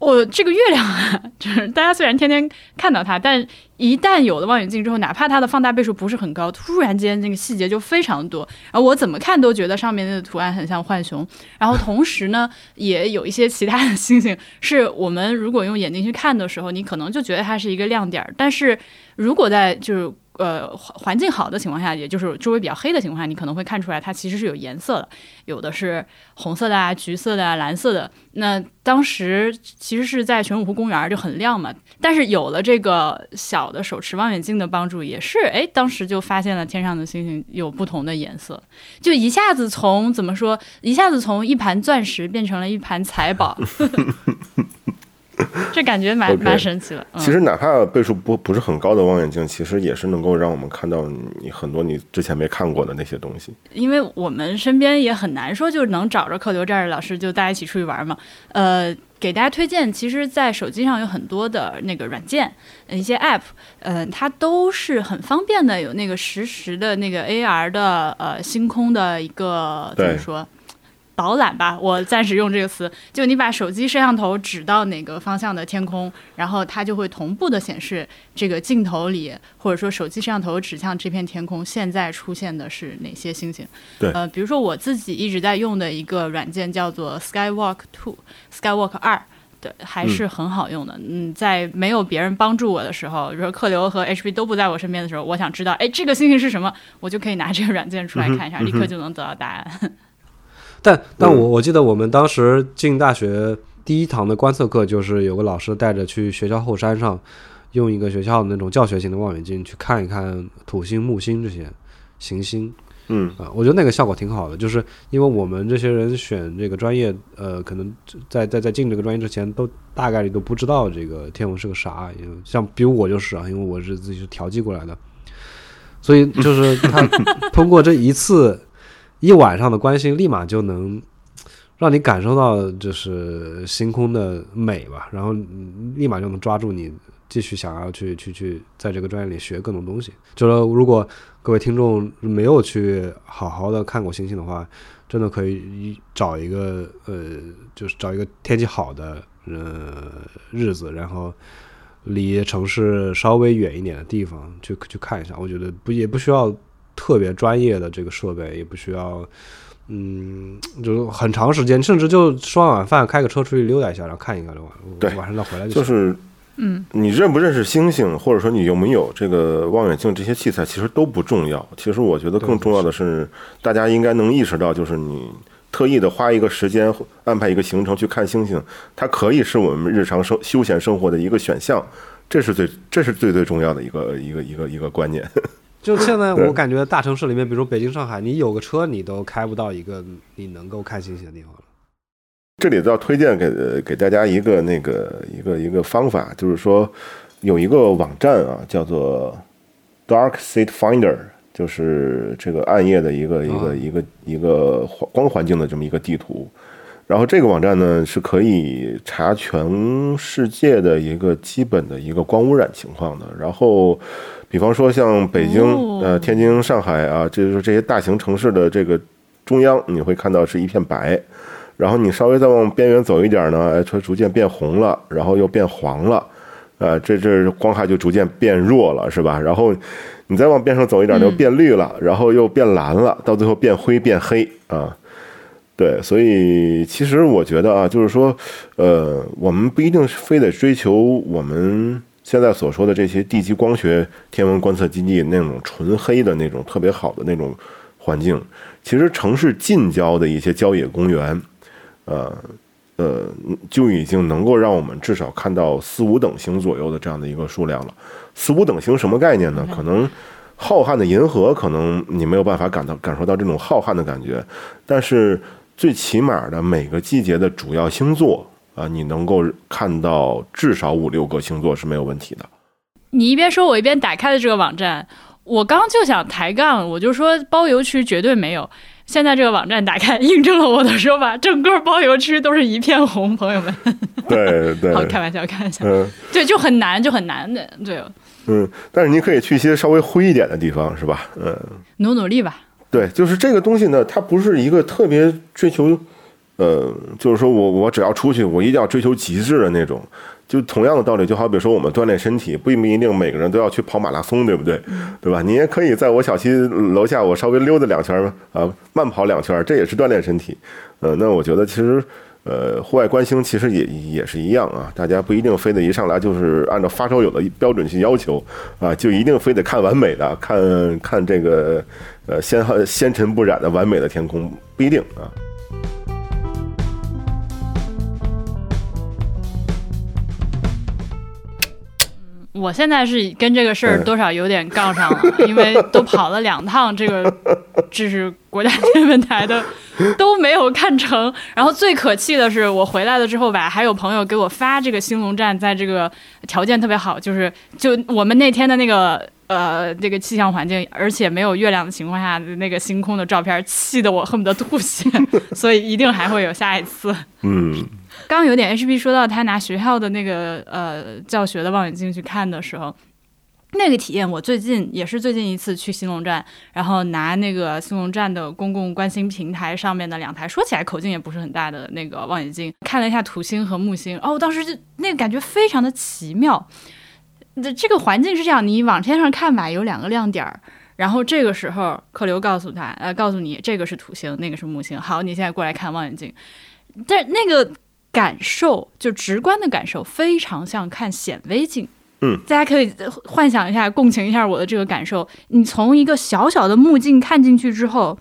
我这个月亮啊， 就是大家虽然天天看到它，但一旦有了望远镜之后，哪怕它的放大倍数不是很高，突然间那个细节就非常多。然后我怎么看都觉得上面那个图案很像浣熊。然后同时呢，也有一些其他的星星，是我们如果用眼睛去看的时候，你可能就觉得它是一个亮点儿，但是如果在就是。呃，环环境好的情况下，也就是周围比较黑的情况下，你可能会看出来它其实是有颜色的，有的是红色的啊、橘色的啊、蓝色的。那当时其实是在玄武湖公园儿就很亮嘛，但是有了这个小的手持望远镜的帮助，也是哎，当时就发现了天上的星星有不同的颜色，就一下子从怎么说，一下子从一盘钻石变成了一盘财宝， 这感觉蛮
OK
蛮神奇的。嗯、
其实哪怕倍数不不是很高的望远镜，其实也是能够让我们看到你很多你之前没看过的那些东西。
因为我们身边也很难说就能找着客流这样的老师，就大家一起出去玩嘛。呃，给大家推荐，其实，在手机上有很多的那个软件，呃一些 App，呃，它都是很方便的，有那个实时的那个 AR 的呃星空的一个怎么
对
说？导览吧，我暂时用这个词。就你把手机摄像头指到哪个方向的天空，然后它就会同步的显示这个镜头里，或者说手机摄像头指向这片天空，现在出现的是哪些星星？
对
呃，比如说我自己一直在用的一个软件叫做 Skywalk Two，Skywalk 二。对，还是很好用的。嗯在没有别人帮助我的时候，比如说客流和 HB 都不在我身边的时候，我想知道，哎，这个星星是什么，我就可以拿这个软件出来看一下，立刻就能得到答案。
但但我我记得我们当时进大学第一堂的观测课，就是有个老师带着去学校后山上，用一个学校的那种教学型的望远镜去看一看土星、木星这些行星
嗯，
啊、我觉得那个效果挺好的。就是因为我们这些人选这个专业，呃，可能在在在进这个专业之前，都大概率都不知道这个天文是个啥。因为像比如我就是啊，因为我是自己是调剂过来的，所以就是他 通过这一次一晚上的关心，立马就能让你感受到就是星空的美吧，然后嗯立马就能抓住你继续想要去去去在这个专业里学各种东西。就是如果各位听众没有去好好的看过星星的话，真的可以一找一个呃，就是找一个天气好的呃日子，然后离城市稍微远一点的地方去去看一下。我觉得不也不需要特别专业的这个设备，也不需要。嗯，就是很长时间，甚至就吃完晚饭开个车出去溜达一下，然后看一看就完了。
对
晚上再回来就行。
就是，嗯，你认不认识星星，或者说你有没有这个望远镜这些器材，其实都不重要。其实我觉得更重要的是，大家应该能意识到，就是你特意的花一个时间安排一个行程去看星星，它可以是我们日常生休闲生活的一个选项。这是最，这是最最重要的一个一个一个一个观念。
就现在，
对
我感觉大城市里面，比如说北京、上海，你有个车，你都开不到一个你能够看星星的地方了。
这里要推荐给呃给大家一个那个一个一个方法，就是说有一个网站啊，叫做 Dark Seed Finder，就是这个暗夜的一个一个、
啊
一个一个环光环境的这么一个地图。然后这个网站呢是可以查全世界的一个基本的一个光污染情况的。然后，比方说像北京、
哦
呃天津、上海啊，这就是这些大型城市的这个中央，你会看到是一片白。然后你稍微再往边缘走一点呢，哎，它逐渐变红了，然后又变黄了，呃，这这光害就逐渐变弱了，是吧？然后你再往边上走一点，就变绿了，然后又变蓝了，到最后变灰变黑啊。对，所以其实我觉得啊，就是说，呃，我们不一定是非得追求我们现在所说的这些地基光学天文观测基地那种纯黑的那种特别好的那种环境。其实城市近郊的一些郊野公园，呃呃，就已经能够让我们至少看到四五等星左右的这样的一个数量了。四五等星什么概念呢？可能浩瀚的银河，可能你没有办法感到感受到这种浩瀚的感觉，但是最起码的每个季节的主要星座啊、你能够看到至少五六个星座是没有问题的。
你一边说，我一边打开了这个网站。我刚就想抬杠，我就说包邮区绝对没有。现在这个网站打开，印证了我的说法，整个包邮区都是一片红，朋友们。
对对，
好，开玩笑，开玩笑。
嗯。
对，就很难，就很难的。对，
嗯，但是你可以去一些稍微灰一点的地方，是吧？嗯，
努努力吧。
对，就是这个东西呢，它不是一个特别追求呃，就是说我我只要出去，我一定要追求极致的那种。就同样的道理，就好比说我们锻炼身体，并不一定每个人都要去跑马拉松，对不对？对吧？你也可以在我小区楼下，我稍微溜达两圈儿啊，慢跑两圈儿，这也是锻炼身体。呃，那我觉得其实。呃，户外观星其实也也是一样啊，大家不一定非得一上来就是按照发烧友的标准去要求啊，就一定非得看完美的，看看这个呃纤纤尘不染的完美的天空，不一定啊。
我现在是跟这个事儿
嗯
多少有点杠上了， 因为都跑了两趟，这个这是国家天文台的，都没有看成。然后最可气的是，我回来了之后吧，还有朋友给我发这个兴隆站，在这个条件特别好，就是就我们那天的那个。呃，这个气象环境，而且没有月亮的情况下，那个星空的照片，气得我恨不得吐血，所以一定还会有下一次。
嗯，
刚刚有点 HB 说到他拿学校的那个呃教学的望远镜去看的时候，那个体验我最近也是最近一次去兴隆站，然后拿那个兴隆站的公共观星平台上面的两台，说起来口径也不是很大的那个望远镜，看了一下土星和木星，哦，我当时就那个感觉非常的奇妙。这这个环境是这样，你往天上看吧，有两个亮点儿。然后这个时候，客流告诉他，呃，告诉你这个是土星，那个是木星。好，你现在过来看望远镜，但那个感受，就直观的感受，非常像看显微镜。
嗯，
大家可以呃幻想一下，共情一下我的这个感受。你从一个小小的目镜看进去之后，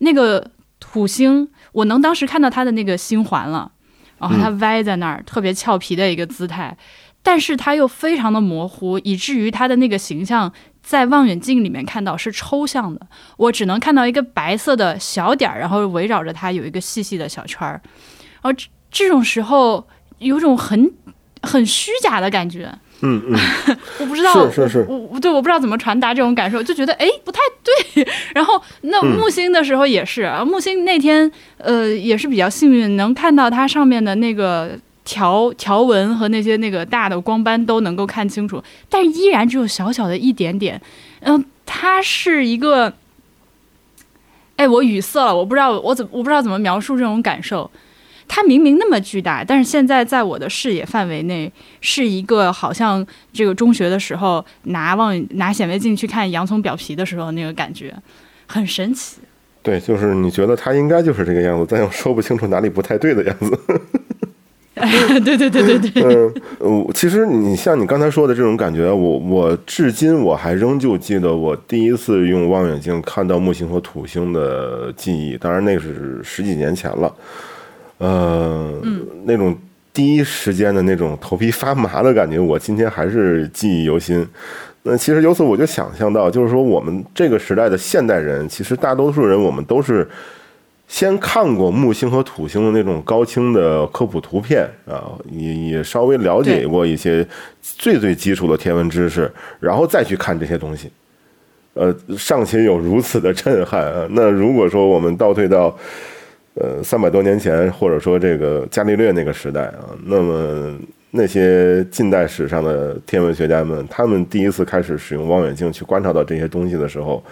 那个土星，我能当时看到它的那个星环了，然后它歪在那儿，特别俏皮的一个姿态，但是它又非常的模糊，以至于它的那个形象在望远镜里面看到是抽象的，我只能看到一个白色的小点儿，然后围绕着它有一个细细的小圈儿。而这这种时候有种很很虚假的感觉，
嗯嗯，
我不知道，
是是是
我我对我不知道怎么传达这种感受，就觉得哎不太对。 然后那
嗯
木星的时候也是，啊，木星那天呃也是比较幸运，能看到它上面的那个条条纹和那些那个大的光斑都能够看清楚，但是依然只有小小的一点点。嗯、它是一个。哎，我语塞了，我不知道我怎我不知道怎么描述这种感受。它明明那么巨大，但是现在在我的视野范围内，是一个好像这个中学的时候拿望远拿显微镜去看洋葱表皮的时候那个感觉，很神奇。
对，就是你觉得它应该就是这个样子，但又说不清楚哪里不太对的样子。
对 对对对对，
嗯，我其实你像你刚才说的这种感觉，我我至今我还仍旧记得我第一次用望远镜看到木星和土星的记忆，当然那是十几年前了。呃，那种第一时间的那种头皮发麻的感觉，我今天还是记忆犹新。那其实由此我就想象到，就是说我们这个时代的现代人，其实大多数人我们都是先看过木星和土星的那种高清的科普图片啊，也也稍微了解
对
过一些最最基础的天文知识，然后再去看这些东西。呃，尚且有如此的震撼啊！ 那如果说我们倒退到呃三百多年前，或者说这个伽利略那个时代啊，那么那些近代史上的天文学家们，他们第一次开始使用望远镜去观察到这些东西的时候，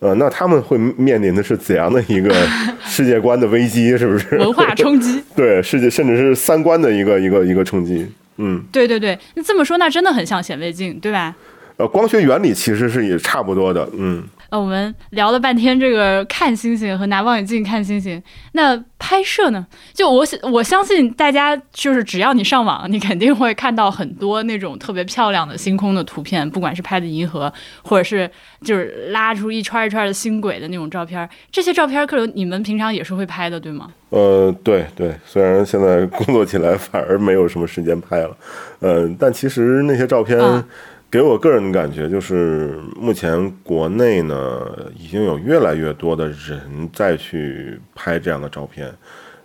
呃，那他们会面临的是怎样的一个世界观的危机？是不是？
文化冲击。
对世界，甚至是三观的一个一个一个冲击。嗯，
对对对，那这么说那真的很像显微镜，对吧？
呃，光学原理其实是也差不多的。嗯，
呃，我们聊了半天这个看星星和拿望远镜看星星，那拍摄呢？就我想我相信大家就是只要你上网，你肯定会看到很多那种特别漂亮的星空的图片，不管是拍的银河，或者是就是拉出一圈儿一圈儿的星轨的那种照片儿。这些照片儿，克流你们平常也是会拍的，对吗？
呃，对对，虽然现在工作起来 反而没有什么时间拍了，呃，但其实那些照片
嗯
给我个人的感觉就是，目前国内呢已经有越来越多的人再去拍这样的照片，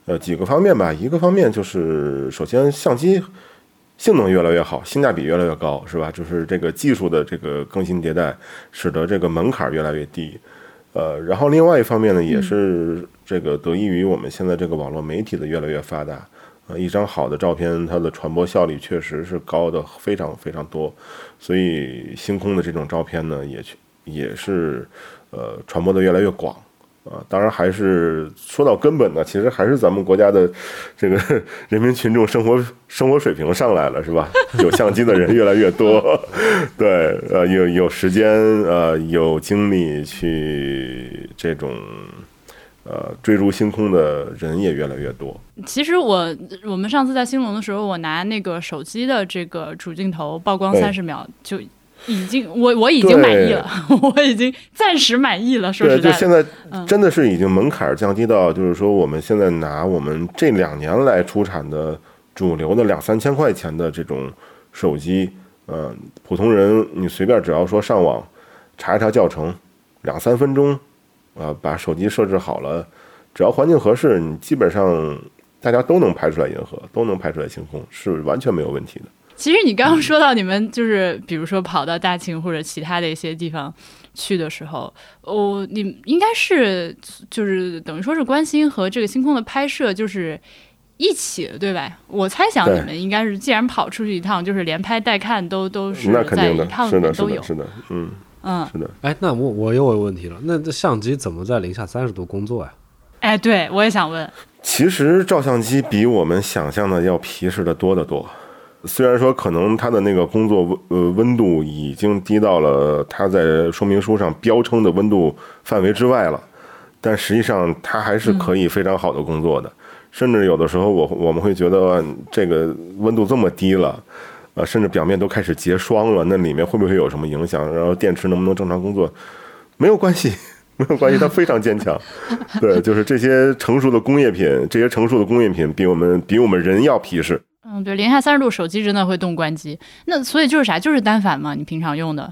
呃，几个方面吧，一个方面就是首先相机性能越来越好，性价比越来越高，是吧？就是这个技术的这个更新迭代，使得这个门槛儿越来越低。呃，然后另外一方面呢，也是这个得益于我们现在这个网络媒体的越来越发达，呃，一张好的照片，它的传播效率确实是高的非常非常多，所以星空的这种照片呢，也去也是呃传播的越来越广。啊，当然还是说到根本呢，其实还是咱们国家的这个 人民群众生活生活水平上来了，是吧？有相机的人越来越多， 对，呃，有有时间，呃，有精力去这种呃追逐星空的人也越来越多。
其实我我们上次在兴隆的时候，我拿那个手机的这个主镜头曝光
对
三十秒就。已经，我我已经满意了， 我已经暂时满意了。说
对，
实
就
在
现
的，嗯
在真的是已经门槛儿降低到，就是说我们现在拿我们这两年来出产的主流的两三千块钱的这种手机，呃，普通人你随便只要说上网查一查教程，两三分钟，啊，把手机设置好了，只要环境合适，你基本上大家都能拍出来银河，都能拍出来星空，是完全没有问题的。
其实你刚
嗯
刚说到你们就是，比如说跑到大庆或者其他的一些地方去的时候，哦，你们应该是就是等于说是观星和这个星空的拍摄就是一起的，对吧？我猜想
对
你们应该是，既然跑出去一趟，就是连拍带看都都是
那肯
在
定
一
的，
趟
是
里
的，
面
是
都有
的，，是的，嗯，
嗯，
是的。
哎，那我我又有问题了，那这相机怎么在零下三十度工作呀、啊
哎，对我也想问，
其实照相机比我们想象的要皮实的多得多。虽然说可能它的那个工作温呃温度已经低到了它在说明书上标称的温度范围之外了，但实际上它还是可以非常好的工作的。甚至有的时候我我们会觉得哇这个温度这么低了，呃，甚至表面都开始结霜了，那里面会不会有什么影响？然后电池能不能正常工作？没有关系， 没有关系，它非常坚强。对，就是这些成熟的工业品，这些成熟的工业品比我们比我们人要皮实。
嗯，对，零下三十度手机真的会冻关机，那所以就是啥，就是单反嘛，你平常用的。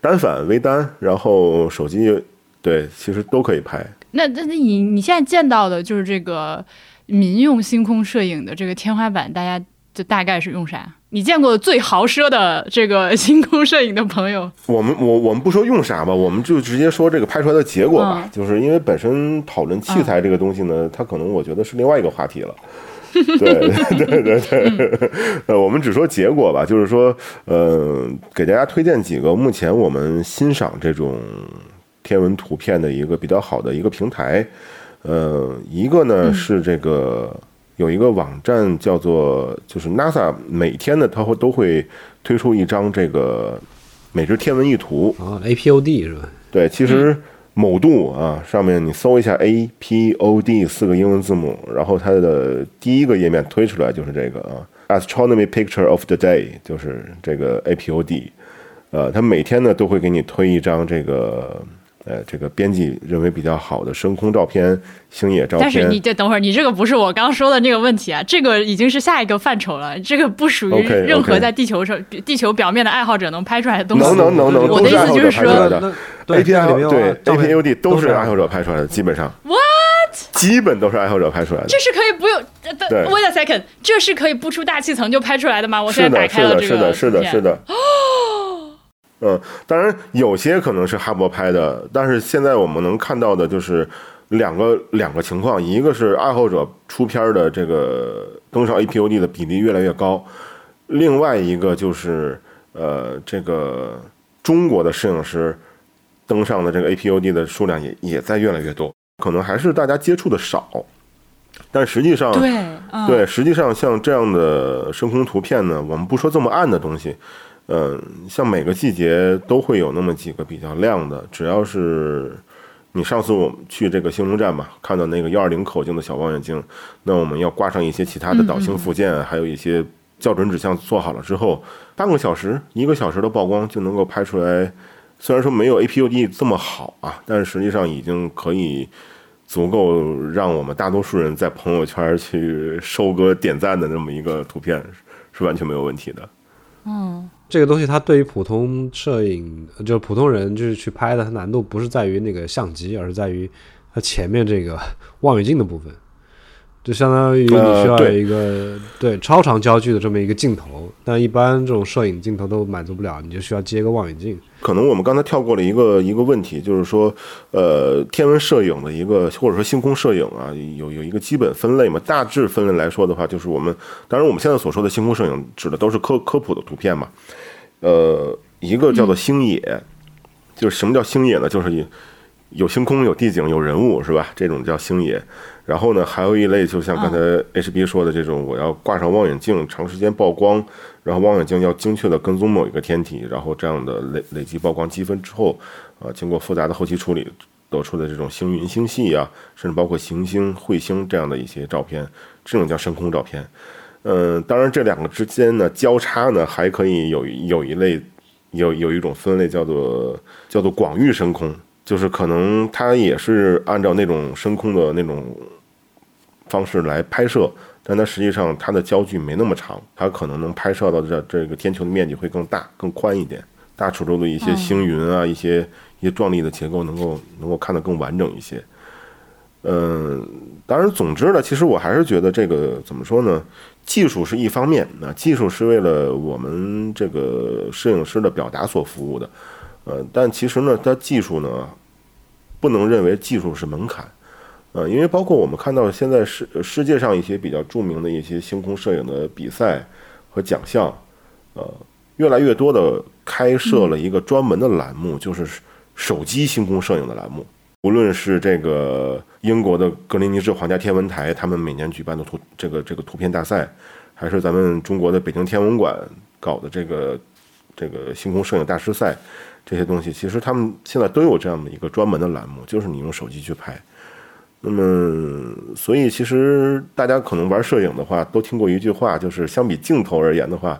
单反、微单，然后手机，对，其实都可以拍。
那那那你你现在见到的就是这个民用星空摄影的这个天花板，大家就大概是用啥？你见过最豪奢的这个 星空摄影的朋友？
我们我我们不说用啥吧，我们就直接说这个拍出来的结果吧。
嗯
就是因为本身讨论器材这个东西呢，它可能我觉得是另外一个话题了。对对对对，呃，我们只说结果吧，就是说，呃，给大家推荐几个目前我们欣赏这种天文图片的一个比较好的一个平台。呃，一个呢是这个有一个网站叫做，就是 NASA 每天呢，它会都会推出一张这个每日天文意图。
啊，APOD 是吧？
对，其实某度啊，上面你搜一下 A P O D 四个英文字母，然后它的第一个页面推出来就是这个啊，Astronomy Picture of the Day，就是这个 A P O D。呃，它每天呢都会给你推一张这个。呃，这个编辑认为比较好的深空照片、星野照片，
但是你这等会儿，你这个不是我刚说的那个问题啊，这个已经是下一个范畴了，这个不属于
OK，OK
任何在地球上地球表面的爱好者能拍出来的东西。
能能能能，
我
都
的
是
意
爱
思
好
就
者
是
拍出来
说，
的
那。对
A P
那里
I
面有
对
啊照
A
片
P U D 都
都
是
是
爱好者拍出来的，基本上
What？
基本都是爱好者拍出来的
这。是可以不用呃但
对
，wait a second，这是可以不出大气层就拍出来的吗？我现
是
在打
的，
开
是
了
的，
这个
是的，是
图
的，
片哦
是的。嗯，当然有些可能是哈勃拍的，但是现在我们能看到的就是两个两个情况，一个是爱好者出片儿的这个登上 APOD 的比例越来越高，另外一个就是呃，这个中国的摄影师登上的这个 APOD 的数量也 也在越来越多，可能还是大家接触的少，但实际上
对，嗯，
对，实际上像这样的深空图片呢，我们不说这么暗的东西，嗯、像每个季节都会有那么几个比较亮的，只要是你上次我们去这个星空站嘛，看到那个幺二零口径的小望远镜，那我们要挂上一些其他的导星附件，还有一些校准指向做好了之后，半个小时、一个小时的曝光就能够拍出来。虽然说没有 APOD 这么好啊，但是实际上已经可以足够让我们大多数人在朋友圈去收割点赞的那么一个图片，是完全没有问题的。
这个东西它对于普通摄影，呃就是普通人就是去拍的，它难度不是在于那个相机，而是在于它前面这个望远镜的部分，就相当于你需
呃
要有
对
一个、对超长焦距的这么一个镜头，但一般这种摄影镜头都满足不了，你就需要接个望远镜。
可能我们刚才跳过了一个一个问题，就是说，呃，天文摄影的一个或者说星空摄影啊，有有一个基本分类嘛。大致分类来说的话，就是我们当然我们现在所说的星空摄影指的都是科科普的图片嘛。呃，一个叫做星野，就是什么叫星野呢？就是一有星空、有地景、有人物，是吧？这种叫星野。然后呢，还有一类，就像刚才 HB 说的这种，我要挂上望远镜，长时间曝光，然后望远镜要精确的跟踪某一个天体，然后这样的累累积曝光积分之后，啊，经过复杂的后期处理得出的这种星云、星系啊，甚至包括行星、彗星这样的一些照片，这种叫深空照片。嗯，当然这两个之间呢交叉呢，还可以有一有一类有有一种分类叫做叫做广域深空，就是可能它也是按照那种深空的那种方式来拍摄，但它实际上它的焦距没那么长，它可能能拍摄到这这个天球的面积会更大、更宽一点，大尺度的一些星云啊，一些一些壮丽的结构能够能够看得更完整一些。嗯，当然，总之呢，其实我还是觉得这个怎么说呢？技术是一方面，那技术是为了我们这个摄影师的表达所服务的，呃，但其实呢，它技术呢，不能认为技术是门槛，呃，因为包括我们看到现在世呃世界上一些比较著名的一些星空摄影的比赛和奖项，呃，越来越多的开设了一个专门的栏目，就是手机星空摄影的栏目。无论是这个英国的格林尼治皇家天文台，他们每年举办的图这个这个图片大赛，还是咱们中国的北京天文馆搞的这个这个星空摄影大师赛，这些东西，其实他们现在都有这样的一个专门的栏目，就是你用手机去拍。那么，所以其实大家可能玩摄影的话，都听过一句话，就是相比镜头而言的话，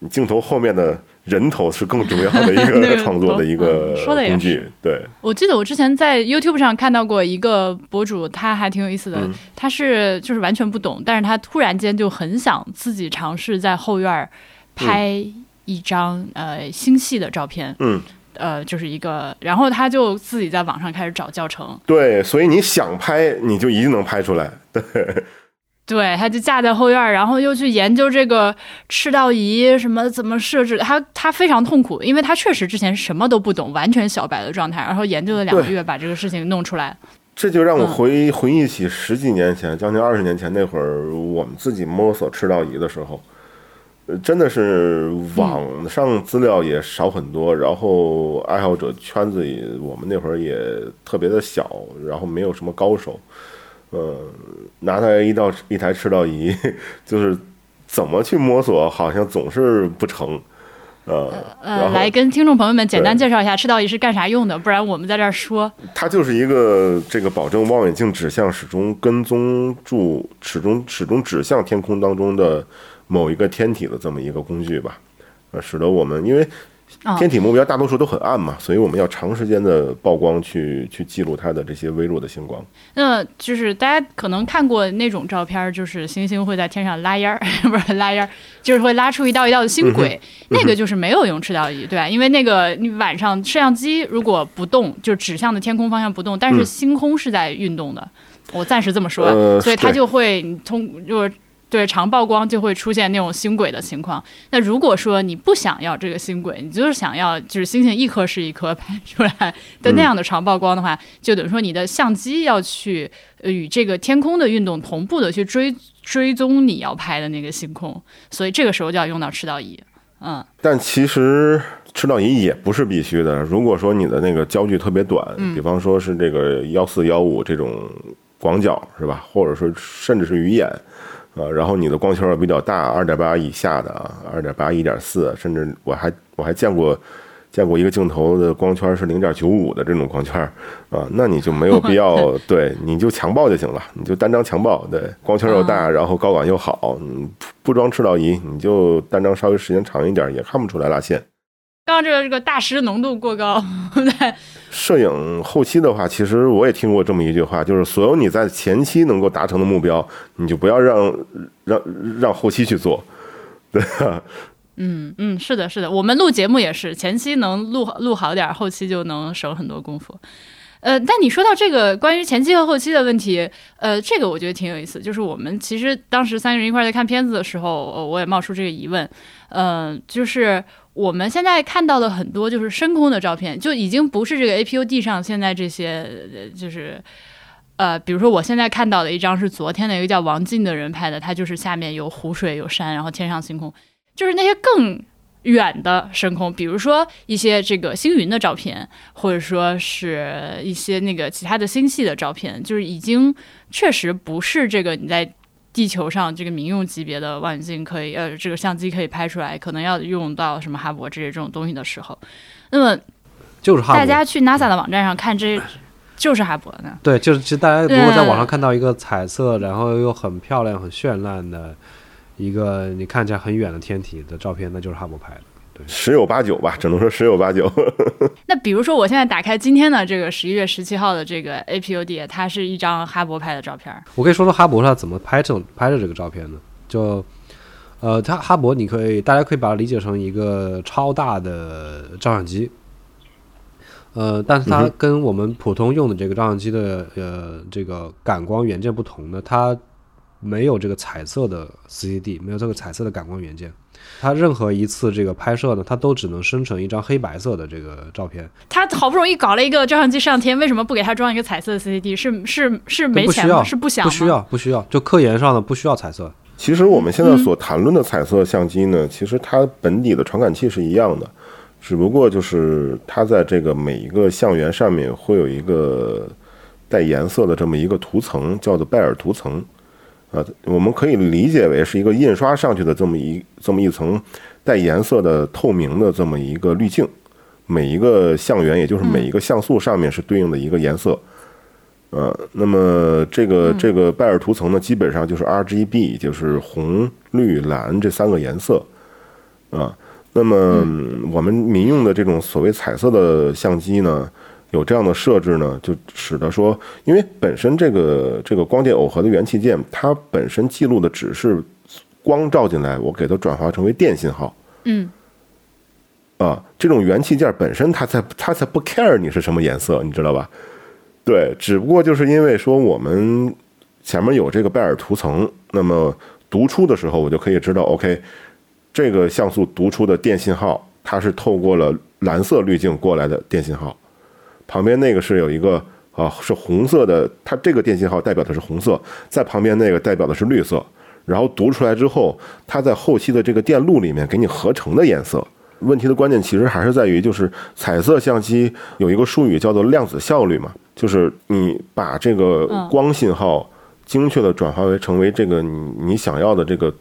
你镜头后面的人头是更重要的一
那
个
个
创作的一个
嗯说得也
工
是
具，对。
我记得我之前在 YouTube 上看到过一个博主，他还挺有意思的。
嗯
他是就是完全不懂，但是他突然间就很想自己尝试在后院儿拍一张、呃星系的照片，
嗯，
呃就是一个，然后他就自己在网上开始找教程，
对，所以你想拍，你就一定能拍出来。对，
对，他就架在后院儿，然后又去研究这个赤道仪什么怎么设置，他他非常痛苦，因为他确实之前什么都不懂，完全小白的状态，然后研究了两个
对
月把这个事情弄出来，
这就让我回、回忆起十几年前，将近二十年前那会儿，我们自己摸索赤道仪的时候，呃，真的是网上资料也少很多，然后爱好者圈子也，我们那会儿也特别的小，然后没有什么高手，呃，拿来一道一台赤道仪， 就是怎么去摸索，好像总是不成。呃，
呃，
然后
来跟听众朋友们简单
对
介绍一下赤道仪是干啥用的，不然我们在这儿说，
它就是一个这个保证望远镜指向始终跟踪住，始终始终指向天空当中的某一个天体的这么一个工具吧，呃，使得我们因为
啊、
天体目标大多数都很暗嘛，所以我们要长时间的曝光去去记录它的这些微弱的星光。
那就是大家可能看过那种照片儿，就是星星会在天上拉烟儿， 不是拉烟儿，就是会拉出一道一道的星轨。那个就是没有用赤道仪，对吧？因为那个你晚上摄像机如果不动，就指向的天空方向不动，但是星空是在运动的。我暂时这么说，
呃
所以它
对
就会你通就是。对长曝光就会出现那种星轨的情况。那如果说你不想要这个星轨，你就是想要就是星星一颗是一颗拍出来的那样的长曝光的话，就等于说你的相机要去呃与这个天空的运动同步的去追追踪你要拍的那个星空，所以这个时候就要用到赤道仪。嗯，
但其实赤道仪也不是必须的。如果说你的那个焦距特别短，比方说是这个幺四幺五这种广角是吧，或者说甚至是鱼眼，呃，然后你的光圈儿比较大，二点八以下的啊，二点八、一点四，甚至我还我还见过。见过一个镜头的光圈是零点九五的这种光圈儿，啊，那你就没有必要对，你就强曝就行了，你就单张强曝，对，光圈又大，然后高感又好，你不不装赤道仪，你就单张稍微时间长一点也看不出来拉线。
刚刚这个这个大师浓度过高， 对，
摄影后期的话，其实我也听过这么一句话，就是所有你在前期能够达成的目标，你就不要让让让后期去做，对啊吧？
嗯嗯，是的，是的，我们录节目也是，前期能录好录好点儿，后期就能省很多功夫。呃，但你说到这个关于前期和后期的问题，呃，这个我觉得挺有意思。就是我们其实当时三个人一块儿在看片子的时候，呃我也冒出这个疑问，呃，就是我们现在看到的很多就是深空的照片，就已经不是这个 APU-D 上现在这些，呃就是呃，比如说我现在看到的一张是昨天的一个叫王进的人拍的，他就是下面有湖水有山，然后天上星空，就是那些更远的深空，比如说一些这个星云的照片，或者说是一些那个其他的星系的照片，就是已经确实不是这个你在地球上这个民用级别的望远镜可以呃这个相机可以拍出来，可能要用到什么哈勃之类这种东西的时候，那么
就是哈勃。
大家去 NASA 的网站上看 这。就是哈勃呢，
对，就是其实大家如果在网
嗯
上看到一个彩色，然后又很漂亮、很绚烂的一个你看起来很远的天体的照片，那就是哈勃拍的。
十有八九吧，只能说十有八九。
那比如说，我现在打开今天的这个十一月十七号的这个 APUD，它是一张哈勃拍的照片儿。
我可以说说哈勃它怎么拍这种拍摄这个照片呢？就呃，它哈勃你可以大家可以把它理解成一个超大的照相机，呃，但是它跟我们普通用的这个照相机的呃这个感光元件不同呢，它没有这个彩色的 CCD，没有这个彩色的感光元件。它任何一次这个拍摄呢，它都只能生成一张黑白色的这个照片，
他好不容易搞了一个照相机上天，为什么不给他装一个彩色的 CCD？是是是没
不需
钱吗？
要，
是不想
不
吗？
需要，不需要，就科研上的不需要彩色，
其实我们现在所谈论的彩色相机呢，其实它本底的传感器是一样的，只不过就是它在这个每一个相源上面会有一个带颜色的这么一个涂层，叫做拜耳涂层。啊，我们可以理解为是一个印刷上去的这么一这么一层带颜色的透明的这么一个滤镜，每一个相源，也就是每一个像素上面是对应的一个颜色。呃，那么这个这个拜耳图层呢，基本上就是 RGB，就是红、绿、蓝这三个颜色啊。那么嗯我们民用的这种所谓彩色的相机呢，有这样的设置呢，就使得说，因为本身这个这个光电耦合的元器件，它本身记录的只是光照进来，我给它转化成为电信号。
嗯，
啊，这种元器件本身它才它才不 care 你是什么颜色，你知道吧？对，只不过就是因为说我们前面有这个拜耳图层，那么读出的时候，我就可以知道，OK，这个像素读出的电信号，它是透过了蓝色滤镜过来的电信号，旁边那个是有一个啊是红色的，它这个电信号代表的是红色，在旁边那个代表的是绿色，然后读出来之后，它在后期的这个电路里面给你合成的颜色。问题的关键其实还是在于，就是彩色相机有一个术语叫做量子效率嘛，就是你把这个
嗯
光信号精确的转化为成为这个你你想要的这个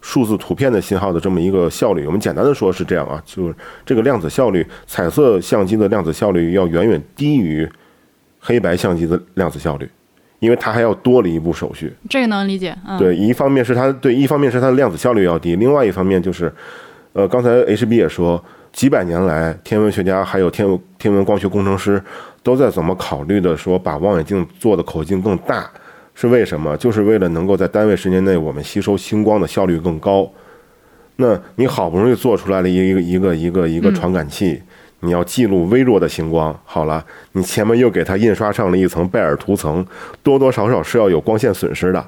数字图片的信号的这么一个效率。我们简单的说是这样啊，就是这个量子效率，彩色相机的量子效率要远远低于黑白相机的量子效率，因为它还要多了一步手续。
这个能理解。嗯，
对，一方面是它对，一方面是它的量子效率要低，另外一方面就是，呃，刚才 HB 也说，几百年来，天文学家还有天文天文光学工程师都在怎么考虑的，说把望远镜做的口径更大，是为什么？就是为了能够在单位时间内，我们吸收星光的效率更高。那你好不容易做出来了一个一个一个一个传感器，你要记录微弱的星光。好了，你前面又给它印刷上了一层拜耳涂层，多多少少是要有光线损失的。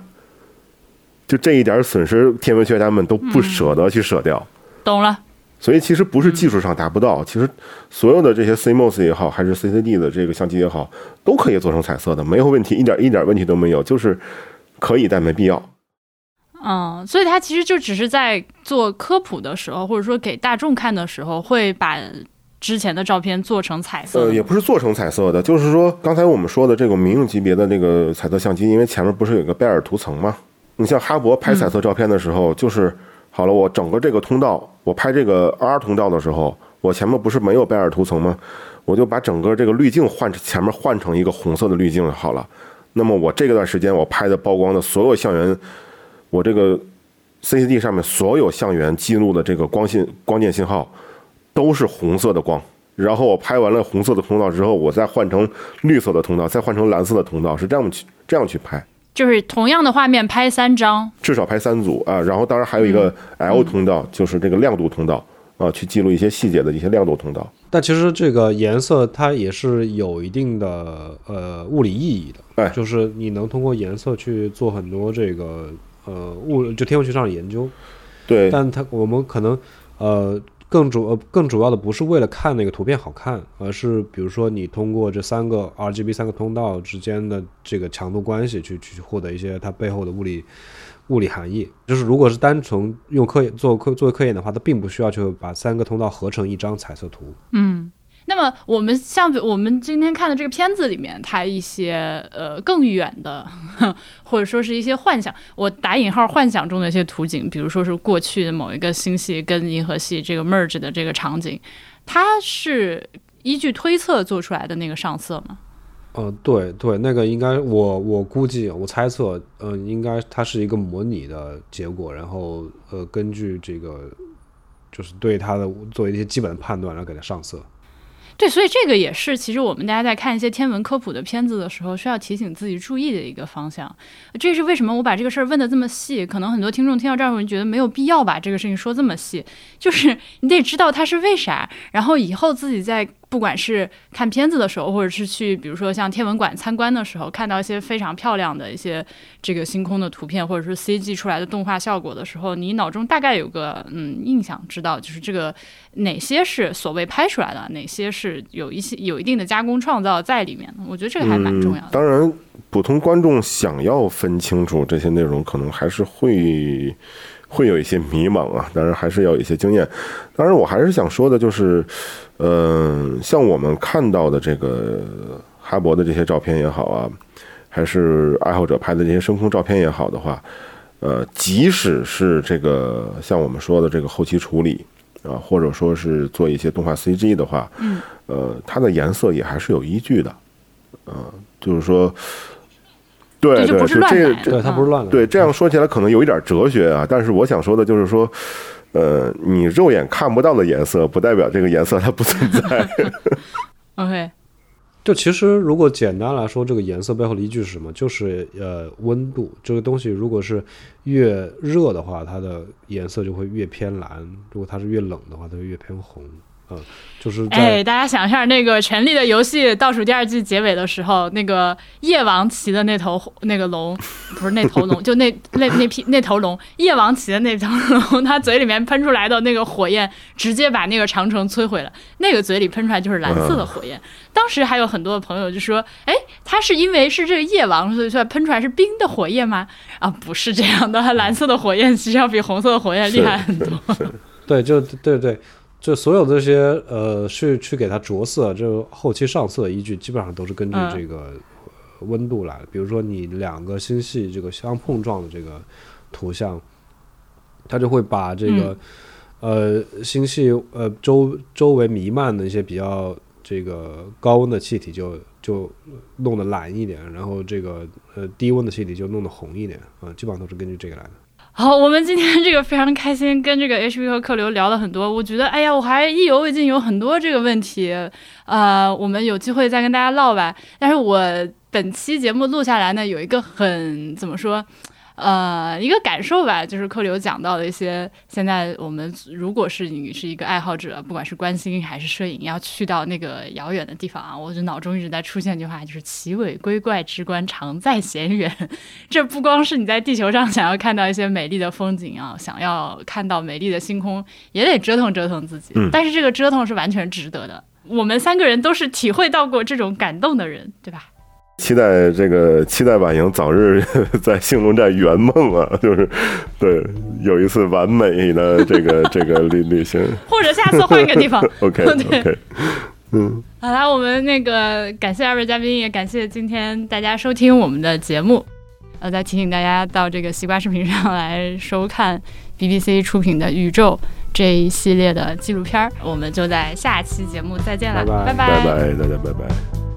就这一点损失，天文学家们都不舍得去舍掉。
懂了。
所以其实不是技术上达不到，其实所有的这些 CMOS 也好，还是 CCD 的这个相机也好，都可以做成彩色的，没有问题，一点一点问题都没有，就是可以但没必要。
嗯，所以他其实就只是在做科普的时候，或者说给大众看的时候，会把之前的照片做成彩色
呃，
的。
也不是做成彩色的，就是说刚才我们说的这种民用级别的那个彩色相机，因为前面不是有个贝尔图层吗？你像哈勃拍彩色照片的时候，就是好了，我整个这个通道，我拍这个 R 通道的时候，我前面不是没有贝尔图层吗？我就把整个这个滤镜换成前面换成一个红色的滤镜就好了。那么我这段时间我拍的曝光的所有相源，我这个 CCD 上面所有相源记录的这个光信光电信号都是红色的光。然后我拍完了红色的通道之后，我再换成绿色的通道，再换成蓝色的通道，是这样去这样去拍，
就是同样的画面拍三张，
至少拍三组啊。然后当然还有一个 L 通道，就是这个亮度通道啊，去记录一些细节的一些亮度通道。
但其实这个颜色它也是有一定的呃物理意义的，
哎
就是你能通过颜色去做很多这个呃物就天文学上的研究，
对，
但它我们可能呃更主呃更主要的不是为了看那个图片好看，而是比如说你通过这三个 RGB 三个通道之间的这个强度关系去去获得一些它背后的物理物理含义。就是如果是单纯用科研做科做科研的话，它并不需要去把三个通道合成一张彩色图。
嗯，那么我们像我们今天看的这个片子里面，它一些呃更远的， 或者说是一些幻想，我打引号幻想中的一些图景，比如说是过去的某一个星系跟银河系这个 merge 的这个场景，它是依据推测做出来的那个上色吗？
呃，对对，那个应该我我估计我猜测，嗯、应该它是一个模拟的结果，然后呃，根据这个就是对它的做一些基本的判断，然后给它上色。
对，所以这个也是，其实我们大家在看一些天文科普的片子的时候，需要提醒自己注意的一个方向。这是为什么我把这个事儿问的这么细？可能很多听众听到这儿，我就觉得没有必要把这个事情说这么细，就是你得知道它是为啥，然后以后自己在不管是看片子的时候，或者是去比如说像天文馆参观的时候，看到一些非常漂亮的一些这个星空的图片，或者是 CG 出来的动画效果的时候，你脑中大概有个嗯印象，知道就是这个哪些是所谓拍出来的，哪些是有一些有一定的加工创造在里面的。我觉得这个还蛮重要的。
嗯当然，普通观众想要分清楚这些内容，可能还是会会有一些迷茫啊。当然，还是要有一些经验。当然，我还是想说的就是，嗯、像我们看到的这个哈勃的这些照片也好啊，还是爱好者拍的这些升空照片也好的话，呃，即使是这个像我们说的这个后期处理啊，或者说是做一些动画 CG 的话，嗯，呃，它的颜色也还是有依据的，呃，就是说，
这
对
就不
对，
是
就
乱
这
来
这
对，它不是乱的。
对，这样说起来可能有一点哲学啊，但是我想说的就是说，呃，你肉眼看不到的颜色，不代表这个颜色它不存在。
OK，
就其实如果简单来说，这个颜色背后的依据是什么？就是呃温度。这个东西如果是越热的话，它的颜色就会越偏蓝；如果它是越冷的话，它就越偏红。嗯，就是在
哎，大家想一下，那个《权力的游戏》倒数第二季结尾的时候，那个夜王骑的那头那个龙，不是那头龙，就那那那匹那头龙，夜王骑的那头龙，它嘴里面喷出来的那个火焰，直接把那个长城摧毁了。那个嘴里喷出来就是蓝色
嗯
的火焰。当时还有很多朋友就说：“哎，它是因为是这个夜王，所以说喷出来是冰的火焰吗？”啊，不是这样的，蓝色的火焰其实要比红色的火焰厉害很多。
对，就对对，就所有这些呃，去去给它着色，就后期上色的依据基本上都是根据
嗯
这个呃温度来的。比如说你两个星系这个相碰撞的这个图像，它就会把这个、呃星系呃周周围弥漫的一些比较这个高温的气体就就弄得蓝一点，然后这个呃低温的气体就弄得红一点啊、基本上都是根据这个来的。
好，我们今天这个非常开心，跟这个 HB 和客流聊了很多。我觉得，哎呀，我还意犹未尽，有很多这个问题，呃，我们有机会再跟大家唠吧。但是我本期节目录下来呢，有一个很怎么说，呃，一个感受吧，就是客流讲到的一些，现在我们如果是你是一个爱好者，不管是观星还是摄影，要去到那个遥远的地方啊，我就脑中一直在出现一句话，就是“奇伟归怪之观，常在闲远”。这不光是你在地球上想要看到一些美丽的风景啊，想要看到美丽的星空，也得折腾折腾自己。但是这个折腾是完全值得的。我们三个人都是体会到过这种感动的人，对吧？
期待这个期待婉莹早日 在星龙站圆梦啊， 就是对有一次完美的这个这个旅旅行。
或者下次换个地方。
OK
对
OK，嗯
好啦，我们那个感谢二位嘉宾，也感谢今天大家收听我们的节目。呃，再提醒大家到这个西瓜视频上来收看 BBC 出品的《宇宙》这一系列的纪录片儿。我们就在下期节目再见了，
拜拜
拜
拜拜，大家拜拜。